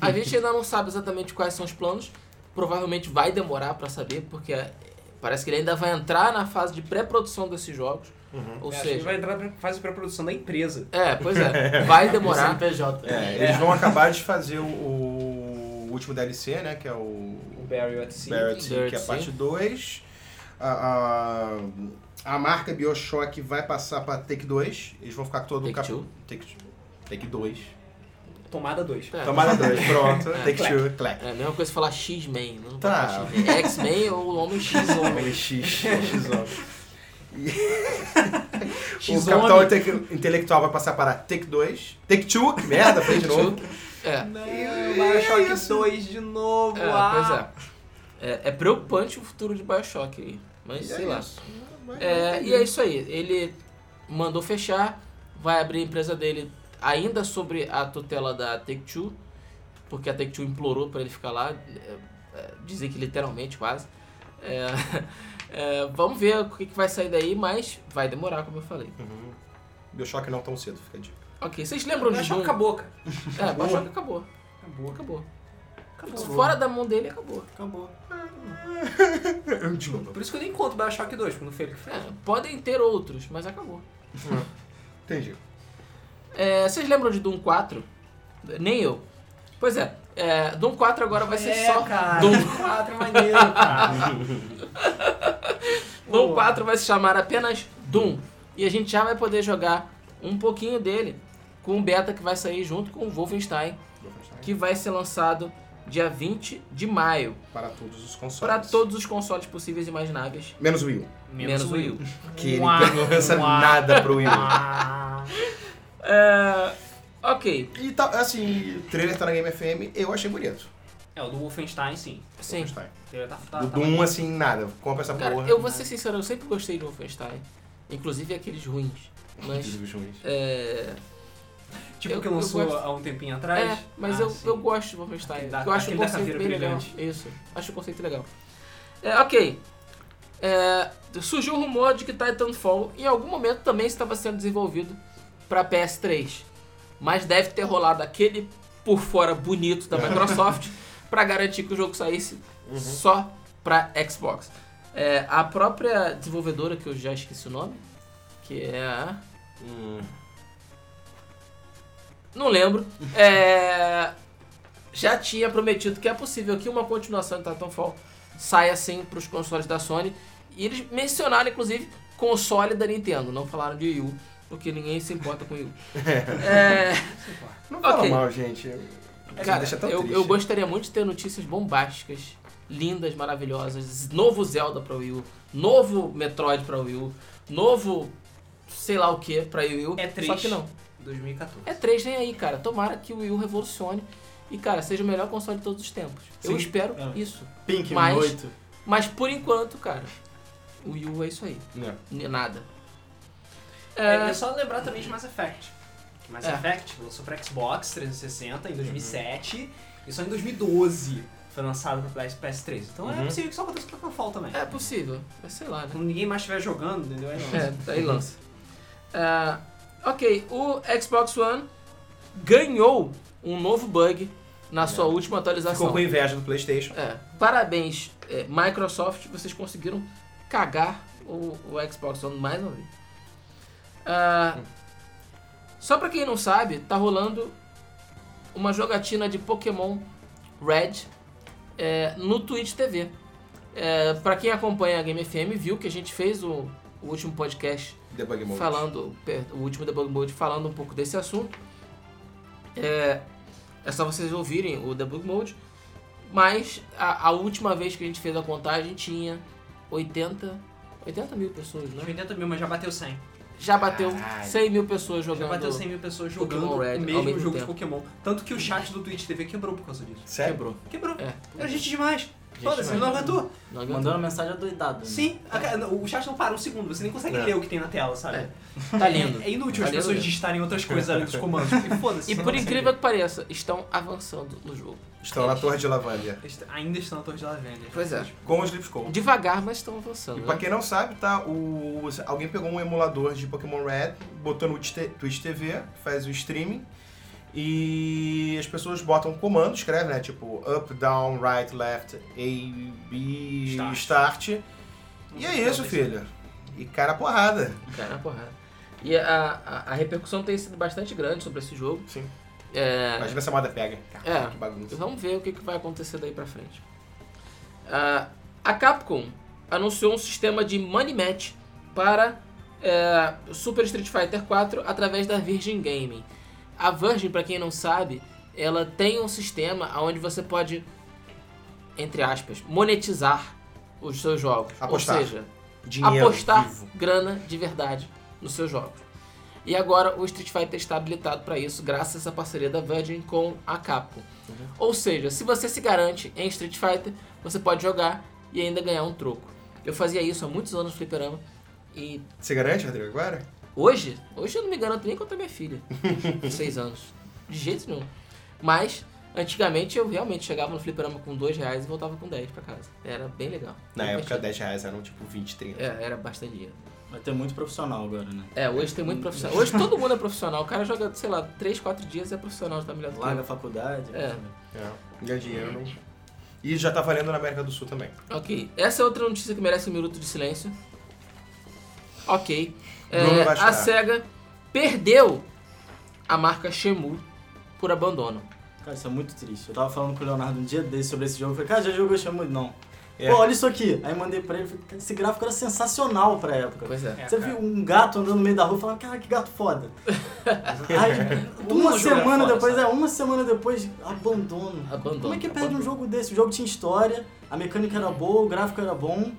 a gente ainda não sabe exatamente quais são os planos. Provavelmente vai demorar para saber, porque é, parece que ele ainda vai entrar na fase de pré-produção desses jogos. Ou Uhum. É, acho que ele seja, vai entrar na fase de pré-produção da empresa. é, pois é, vai O demorar. CNPJ. É, eles vão acabar de fazer o, o último DLC, né? Que é o O Barry at Sea. Barrett, Barrett que é a Sea. parte 2. A, a, a marca Bioshock vai passar pra Take 2. Eles vão ficar com todo o Take cap- Two. Take, Take 2. Tomada 2. É. Tomada 2, pronto. É. Take 2, clack. É a mesma coisa falar X-Men. Não Tá. tá. X-Men. É X-Men ou Homem X Homem. Homem X, X-Homem. E- O X-Homem. capital inte- intelectual vai passar para Take 2. Take 2, que merda, falei de novo. É. Não, E- é Bioshock isso. 2 de novo. É, pois ah. é. é. é preocupante o futuro de Bioshock aí. Mas E é sei lá. isso. Vai- É, e é isso aí. Ele mandou fechar, vai abrir a empresa dele ainda sobre a tutela da Take-Two, porque a Take-Two implorou para ele ficar lá, é, é, dizem que literalmente quase. É, é, vamos ver o que, que vai sair daí, mas vai demorar, como eu falei. Uhum. Bioshock não tão cedo, fica a dica. Ok, vocês lembram de Doom? Bioshock acabou, cara. É, Bioshock acabou. Acabou. Acabou. Acabou. Fora da mão dele, acabou. Acabou. É, Desculpa. Por isso que eu nem conto Bioshock 2, porque não foi ele que fez. É, podem ter outros, mas acabou. Entendi. É, vocês lembram de Doom 4? Nem eu. Pois é, é, Doom 4 agora vai É, ser só. cara. Doom, Doom 4 é maneiro, cara. Doom Boa. 4 vai se chamar apenas Doom. E a gente já vai poder jogar um pouquinho dele com o beta que vai sair junto com o Wolfenstein, que vai ser lançado dia 20 de maio Para todos os consoles. para todos os consoles possíveis e imagináveis, Menos o Wii U. menos, o Wii U. Que ele Uá, não lança uá, nada pro Wii U. uá. É, ok, E tá, assim, o trailer tá na Game FM, eu achei bonito. É, o do Wolfenstein, sim. sim. Gostei. Ele tá, tá, o tá Doom, assim, nada. Compra essa Cara, porra. eu vou ser sincero, eu sempre gostei de Wolfenstein. Inclusive aqueles ruins. Mas. Inclusive, os ruins. É, Tipo Eu- que eu lançou gosto. há um tempinho é atrás. mas Ah, eu, sim. eu gosto de Wolfenstein. Aquele da- eu acho o aquele da conceito caveira bem legal. brilhante. Isso, acho o conceito legal. É, ok. É, surgiu o rumor de que Titanfall em algum momento também estava sendo desenvolvido pra PS3. Mas deve ter rolado aquele por fora bonito da Microsoft pra garantir que o jogo saísse Uhum. só pra Xbox. É, a própria desenvolvedora, que eu já esqueci o nome, que é a. Hum. Não lembro. É, já tinha prometido que é possível que uma continuação de Titanfall saia assim para os consoles da Sony. E eles mencionaram, inclusive, console da Nintendo. Não falaram de Wii U, porque ninguém se importa com Wii U. É, Não fala Ok. mal, gente. É, cara, É, deixa tão eu, triste. eu gostaria muito de ter notícias bombásticas, lindas, maravilhosas. Novo Zelda pra Wii U, novo Metroid pra Wii U, novo sei lá o que pra Wii U. É Só três. que não. 2014. É 3, vem aí, cara. Tomara que o Wii U revolucione e, cara, seja o melhor console de todos os tempos. Eu Sim. espero É. isso. Pink, Mas- 8. Mas por enquanto, cara, o Wii U é isso aí. Né? N- Nada. É, É, é só lembrar também de Mass Effect. Que Mass É. Uhum. Effect lançou pra Xbox 360 em 2007 e só em 2012 foi lançado pra PS- PS3. Então é Uhum. possível que só aconteça com Titanfall também. é possível. Mas sei lá, né? Quando ninguém mais estiver jogando, entendeu? Aí não. É, daí lança. Ah, ok, o Xbox One ganhou um novo bug na sua última Ficou atualização. com inveja do PlayStation. É, parabéns, é, Microsoft, vocês conseguiram cagar o, o Xbox One mais uma vez. Ah, só pra quem não sabe, tá rolando uma jogatina de Pokémon Red é, no Twitch TV. É, pra quem acompanha a Game FM, viu que a gente fez o, o último podcast Debug Mode. falando, per- o último Debug Mode falando um pouco desse assunto. É, é só vocês ouvirem o Debug Mode. Mas a, a última vez que a gente fez a contagem tinha 80, 80 mil pessoas, Tinha né? 80 mil, mas já bateu 100. Já bateu Caralho. 100 mil pessoas Já jogando. bateu 100 mil pessoas jogando Pokémon Red ao o mesmo mesmo jogo de tempo. Pokémon. Tanto que o chat do Twitch TV quebrou por causa disso. Sério? Quebrou. Quebrou. É. Uhum. Era gente demais. Foda-se, demais. não aguentou. Não aguentou. Mandando mensagem adoidada. né? Sim, a ca- o chat não para um segundo, você nem consegue É. ler o que tem na tela, sabe? É. Tá lindo. É inútil as Valeu, pessoas né? digitarem outras coisas além dos comandos. E foda-se. E você por não incrível que pareça, estão avançando no jogo. Estão na Torre de Lavanda. consegue. Eles Ainda estão na Torre de Lavender. Tipo, Pois é. Com os Lips Cold. Devagar, mas estão avançando. E pra né? quem não sabe, tá? O, alguém pegou um emulador de Pokémon Red, botou no Twitch T- Twitch TV, faz o streaming. E as pessoas botam comando, escreve, né? Tipo, up, down, right, left, A, B, Start. start. Não E sei é se isso, talvez- filho. E cara porrada. Cara, porrada. E a, a, a repercussão tem sido bastante grande sobre esse jogo. Sim. É, Imagina essa moda pega. Caraca, É. que bagunça. Vamos ver o que, que vai acontecer daí pra frente. Ah, a Capcom anunciou um sistema de Money Match para é, Super Street Fighter 4 através da Virgin Gaming. A Virgin, pra quem não sabe, ela tem um sistema onde você pode, entre aspas, monetizar os seus jogos. Apostar. Ou seja, Dinheiro apostar vivo. grana de verdade nos seus jogos. E agora o Street Fighter está habilitado para isso, graças a essa parceria da Virgin com a Capcom. Uhum. Ou seja, se você se garante em Street Fighter, você pode jogar e ainda ganhar um troco. Eu fazia isso há muitos anos no Fliperama e Você garante, Rodrigo, agora? hoje, hoje eu não me garanto nem contra minha filha, de 6 anos, de jeito nenhum. Mas antigamente eu realmente chegava no Fliperama com dois reais e voltava com 10 para casa. Era bem legal. Na Bem época, divertido. 10 reais eram tipo 20, 30. É, era bastante dinheiro. Vai ter muito profissional agora, né? É, hoje tem muito profissional. Hoje todo mundo é profissional. O cara joga, sei lá, 3, 4 dias e é profissional, tá melhor do que Larga a eu. faculdade. É. É. Ganha dinheiro. E já tá valendo na América do Sul também. Ok, essa é outra notícia que merece um minuto de silêncio. Ok. É, Bruno vai a chorar. SEGA perdeu a marca Shenmue por abandono. Cara, isso é muito triste. Eu tava falando com o Leonardo um dia desse sobre esse jogo. Eu falei, cara, já jogou Shamu? Não. É. Pô, olha isso aqui. Aí mandei pra ele. falei, cara, Esse gráfico era sensacional pra época. Pois é. É, Você cara. viu um gato andando no meio da rua e falava, cara, que gato foda. Aí, uma Uma semana jogo é depois, foda, é, uma semana depois, abandono. Abandono, Como é que perde abandono. um jogo desse? O jogo tinha história, a mecânica era boa, o gráfico era bom.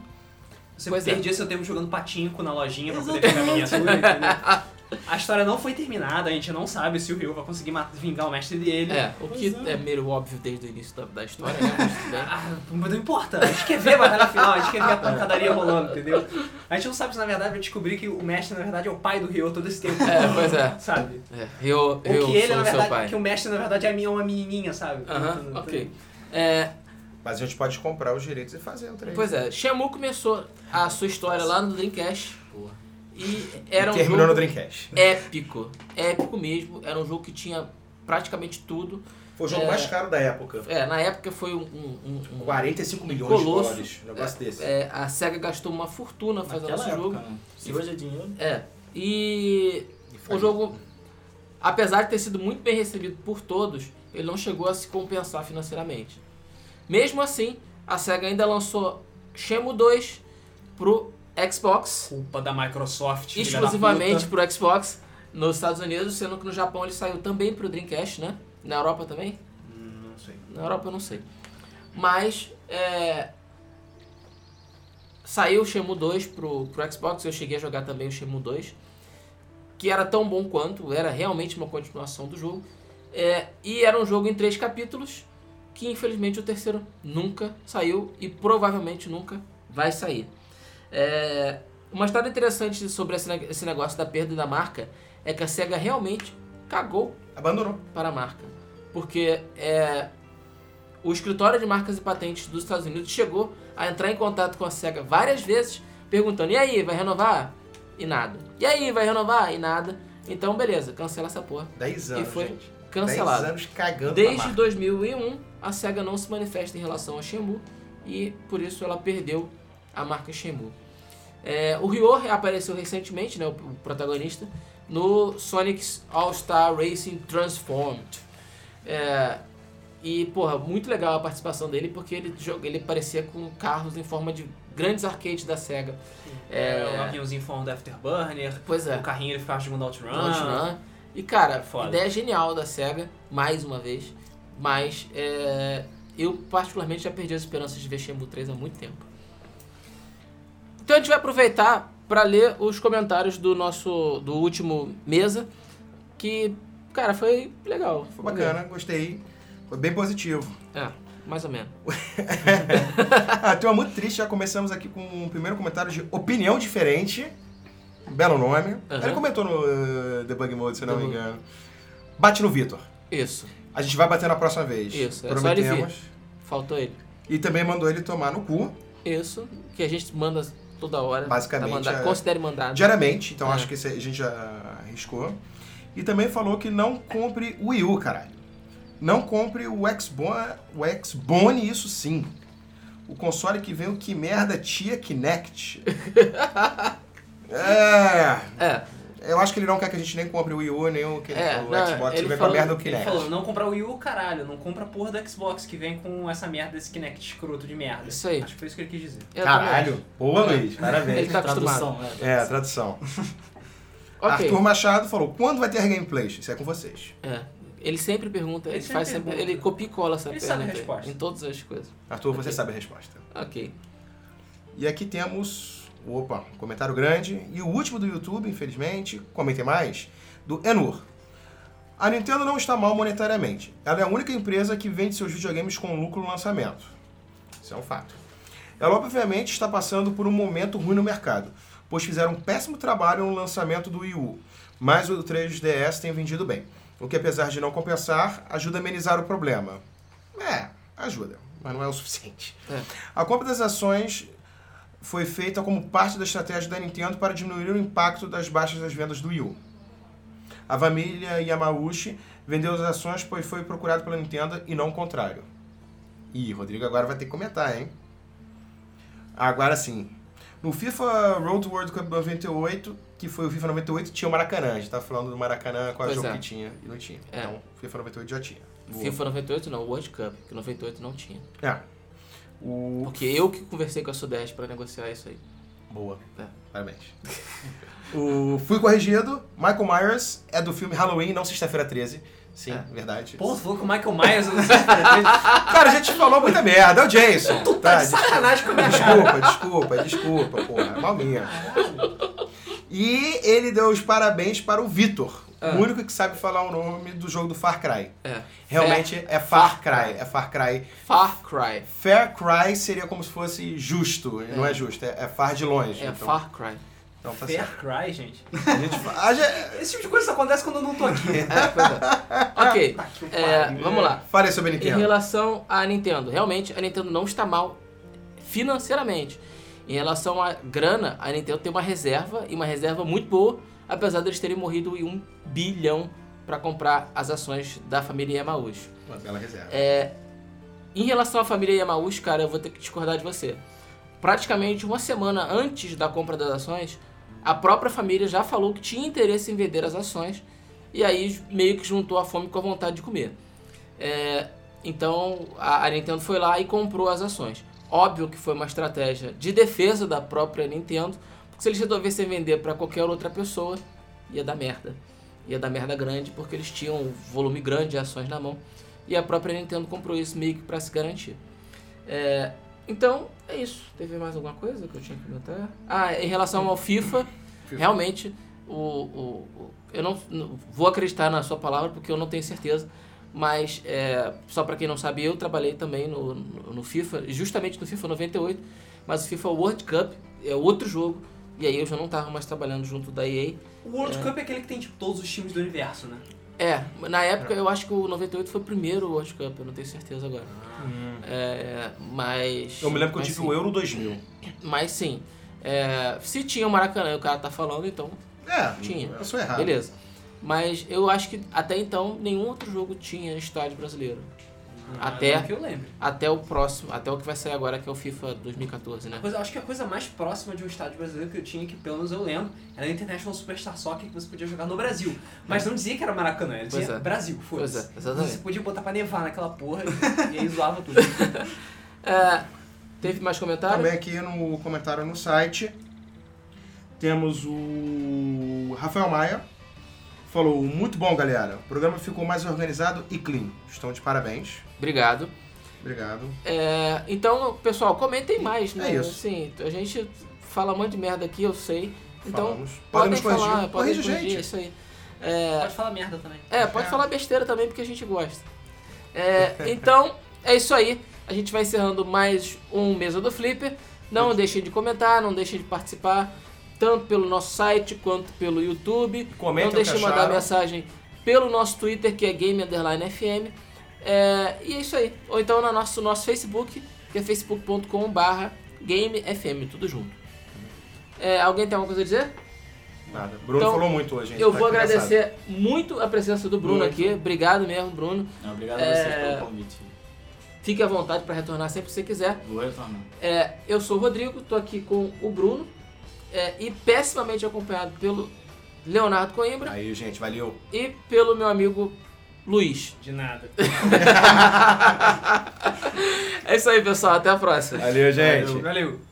Você Pois é. perdia seu tempo jogando patinco na lojinha pra poder Exatamente. pegar miniatura, entendeu? A história não foi terminada, a gente não sabe se o Ryu vai conseguir mat- vingar o mestre dele. É, o que Pois é. é meio óbvio desde o início da, da história, né? Mas tudo bem. Ah, mas não importa, a gente quer ver a batalha final, a gente quer ver a pancadaria rolando, entendeu? A gente não sabe se na verdade vai descobrir que o mestre na verdade é o pai do Ryu todo esse tempo. É, pois é. Sabe? É, eu, Ou eu que ele, sou na o seu verdade, pai. que o mestre na verdade é uma menininha, sabe? Então, Aham, ok. É, Mas a gente pode comprar os direitos e fazer o trailer. Pois é, Shamu começou a sua história lá no Dreamcast. E era um Terminou jogo no Dreamcast. épico. Épico mesmo. Era um jogo que tinha praticamente tudo. Foi o jogo É. mais caro da época. É, na época foi um. um- um- um- 45 milhões Colosso. de dólares, um negócio desse. é, a SEGA gastou uma fortuna fazendo Naquela esse época, jogo. né? Se hoje é dinheiro... É. E E foi- o um jogo, apesar de ter sido muito bem recebido por todos, ele não chegou a se compensar financeiramente. Mesmo assim, a SEGA ainda lançou Shemu 2 pro Xbox, Culpa da Microsoft. filha da exclusivamente puta. pro Xbox, nos Estados Unidos, sendo que no Japão ele saiu também pro Dreamcast, né? Na Europa também? Hum, Não sei. Na Europa eu não sei. Mas é, saiu o Shemu 2 pro, pro Xbox, eu cheguei a jogar também o Shemu 2, que era tão bom quanto, era realmente uma continuação do jogo. É, e era um jogo em três capítulos, que infelizmente o terceiro nunca saiu e provavelmente nunca vai sair. É, uma história interessante sobre esse ne- esse negócio da perda da marca é que a SEGA realmente cagou Abandonou. para a marca. Porque é, o escritório de marcas e patentes dos Estados Unidos chegou a entrar em contato com a SEGA várias vezes, perguntando: e aí, vai renovar? E nada. E aí, vai renovar? E nada. Então, beleza, cancela essa porra. 10 E anos, foi gente. 10 Cancelado. anos cagando pra Desde marca. 2001, a SEGA não se manifesta em relação a Shenmue e por isso ela perdeu a marca Shenmue. É, o Ryo apareceu recentemente, né, o, o protagonista, no Sonic All-Star Racing Transformed. É, e, porra, muito legal a participação dele porque ele, joga- ele parecia com carros em forma de grandes arcades da SEGA. É, o aviãozinho em forma do Afterburner. Pois é. O carrinho ele ficava jogando Outrun. Outrun. E cara, Foda. ideia genial da SEGA, mais uma vez. Mas é, eu particularmente já perdi as esperanças de ver Shenmue 3 há muito tempo. Então a gente vai aproveitar para ler os comentários do nosso do último mesa, que cara, foi legal, Foi bacana, gostei. Foi bem positivo. É, mais ou menos. Ah, tem uma muito triste, já começamos aqui com um primeiro comentário de opinião diferente. Belo nome. Aham. Ele comentou no eh, Debug Mode, se não me Debug. engano. Bate no Vitor. Isso, A gente vai bater na próxima vez. Isso, é só ele vir. Prometemos. faltou ele. e também mandou ele tomar no cu, Isso, que a gente manda toda hora. Basicamente, tá manda- é- Considere mandado. diariamente. Então É. acho que esse a gente já arriscou. E também falou que não compre o Wii U, caralho. Não compre o Xbone, o Xbone isso sim. O console que vem o que merda tia Kinect. é... É, Eu acho que ele não quer que a gente nem compre o Wii U, nem o, que É, o não, Xbox, ele ele vem com a falou- né? merda o Ele Kinect. falou, não comprar o Wii U, caralho, não compra a porra do Xbox que vem com essa merda desse Kinect escroto de merda. Isso aí. Acho que foi isso que ele quis dizer. eu Caralho, boa, Luiz, Ele parabéns. tá acostumado. Tradução, é. É, tradução. também acho. Ok. Arthur Machado falou, quando vai ter gameplays? Isso é com vocês. É. Ele sempre pergunta, ele, Ele sempre faz sempre, pergunta. ele copia e cola essa Ele pergunta sabe a aí, resposta. em todas as coisas. Arthur, você Ok. sabe a resposta. Ok. E aqui temos, opa, um comentário grande. E o último do YouTube, infelizmente, comentem mais, do Enur. A Nintendo não está mal monetariamente. Ela é a única empresa que vende seus videogames com lucro no lançamento. Isso é um fato. Ela obviamente está passando por um momento ruim no mercado, pois fizeram um péssimo trabalho no lançamento do Wii U, mas o 3DS tem vendido bem, o que apesar de não compensar, ajuda a amenizar o problema. É, ajuda, mas não é o suficiente. É. A compra das ações foi feita como parte da estratégia da Nintendo para diminuir o impacto das baixas das vendas do Wii U. A família Yamauchi vendeu as ações pois foi procurado pela Nintendo e não o contrário. Ih, Rodrigo agora vai ter que comentar, hein? Agora sim. No FIFA Road World Cup 98, que foi o FIFA 98, tinha o Maracanã. A gente tá falando do Maracanã, qual Pois jogo é. que tinha e não tinha. É. Então, FIFA 98 já tinha. Boa. FIFA 98 não, World Cup, que 98 não tinha. É. O... Porque eu que conversei com a Sudeste pra negociar isso aí. Boa. É. Parabéns. o Fui Corrigido, Michael Myers, é do filme Halloween, não Sexta-feira 13. Sim, É. verdade. Porra, tu falou com o Michael Myers, eu não sei se foi Cara, a gente falou muita merda, é o Jason. Tá, de sacanagem comigo. Desculpa, desculpa, desculpa, porra. Mal minha. E ele deu os parabéns para o Vitor, Ah. o único que sabe falar o nome do jogo do Far Cry. É. Realmente é, Far Cry, é Far Cry. Far Cry. Fair Cry seria como se fosse justo, não é justo, é, é Far de longe. É então, Far Cry. então tá certo. Fair Cry, gente. A gente fa- a gente- Esse tipo de coisa só acontece quando eu não tô aqui. É, pois é. ok. Tá que É, pariu. vamos lá. Fale sobre a Em Nintendo. relação à Nintendo, realmente a Nintendo não está mal financeiramente. Em relação à grana, a Nintendo tem uma reserva, e uma reserva muito boa, apesar deles terem morrido em um bilhão para comprar as ações da família Yamauchi. Uma bela reserva. É, Em relação à família Yamauchi, cara, eu vou ter que discordar de você. Praticamente uma semana antes da compra das ações, a própria família já falou que tinha interesse em vender as ações e aí meio que juntou a fome com a vontade de comer. É, então a, a Nintendo foi lá e comprou as ações. Óbvio que foi uma estratégia de defesa da própria Nintendo, porque se eles resolvessem vender para qualquer outra pessoa, ia dar merda. Ia dar merda grande, porque eles tinham um volume grande de ações na mão e a própria Nintendo comprou isso meio que para se garantir. É, então, é isso. Teve mais alguma coisa que eu tinha que comentar? Ah, em relação ao FIFA, realmente, o, o- o- eu não, não- vou acreditar na sua palavra porque eu não tenho certeza, mas é, só para quem não sabe, eu trabalhei também no, no, no FIFA, justamente no FIFA 98, mas o FIFA World Cup é outro jogo, e aí eu já não tava mais trabalhando junto da EA, O World Cup é aquele que tem, tipo, todos os times do universo, né? é, na época eu acho que o 98 foi o primeiro World Cup, eu não tenho certeza agora. É, mas. Hum. Eu me lembro que eu mas tive sim. o Euro 2000. Mas sim. é, se tinha o Maracanã e o cara tá falando, então É, Tinha. eu sou errado. beleza. Mas eu acho que até então nenhum outro jogo tinha estádio brasileiro. Até- É que eu lembro. Até o próximo, até o que vai sair agora, que é o FIFA 2014, né? Coisa- acho que a coisa mais próxima de um estádio brasileiro que eu tinha, que pelo menos eu lembro, era a International Superstar Soccer que você podia jogar no Brasil. Mas não dizia que era Maracanã, ele Pois dizia é. Brasil, Pois foda-se. é, exatamente. Você podia botar pra nevar naquela porra e aí zoava tudo. É, teve mais comentário? Também Tá aqui no comentário no site temos o Rafael Maia. Falou, muito bom, galera. O programa ficou mais organizado e clean. Estão de parabéns. Obrigado. Obrigado. É, então, pessoal, comentem mais, né? É isso. Assim, a gente fala um monte de merda aqui, eu sei. Então, Falamos. podem Podemos corrigir. falar, podem Corrige, corrigir, gente. isso aí. É, Pode falar merda também. É, pode É. falar besteira também, porque a gente gosta. É, então, é isso aí. A gente vai encerrando mais um Mesa do Flipper. Não deixem de comentar, não deixem de participar, tanto pelo nosso site quanto pelo YouTube. Comentem não deixem o que de mandar acharam. mensagem pelo nosso Twitter, que é Game Underline FM. É, e é isso aí. Ou então no nosso, nosso Facebook, que é facebook.com.br GameFM, tudo junto. É, alguém tem alguma coisa a dizer? Nada. Bruno Então, falou muito hoje, gente. Eu Tá vou engraçado. agradecer muito a presença do Bruno Muito. aqui. Obrigado mesmo, Bruno. Não, obrigado a É. vocês pelo convite. Fique à vontade para retornar sempre que você quiser. Vou retornar. É, eu sou o Rodrigo, tô aqui com o Bruno é, e pessimamente acompanhado pelo Leonardo Coimbra Aí, gente, valeu. e pelo meu amigo Luiz. De nada. É isso aí, pessoal. Até a próxima. Valeu, gente. Valeu.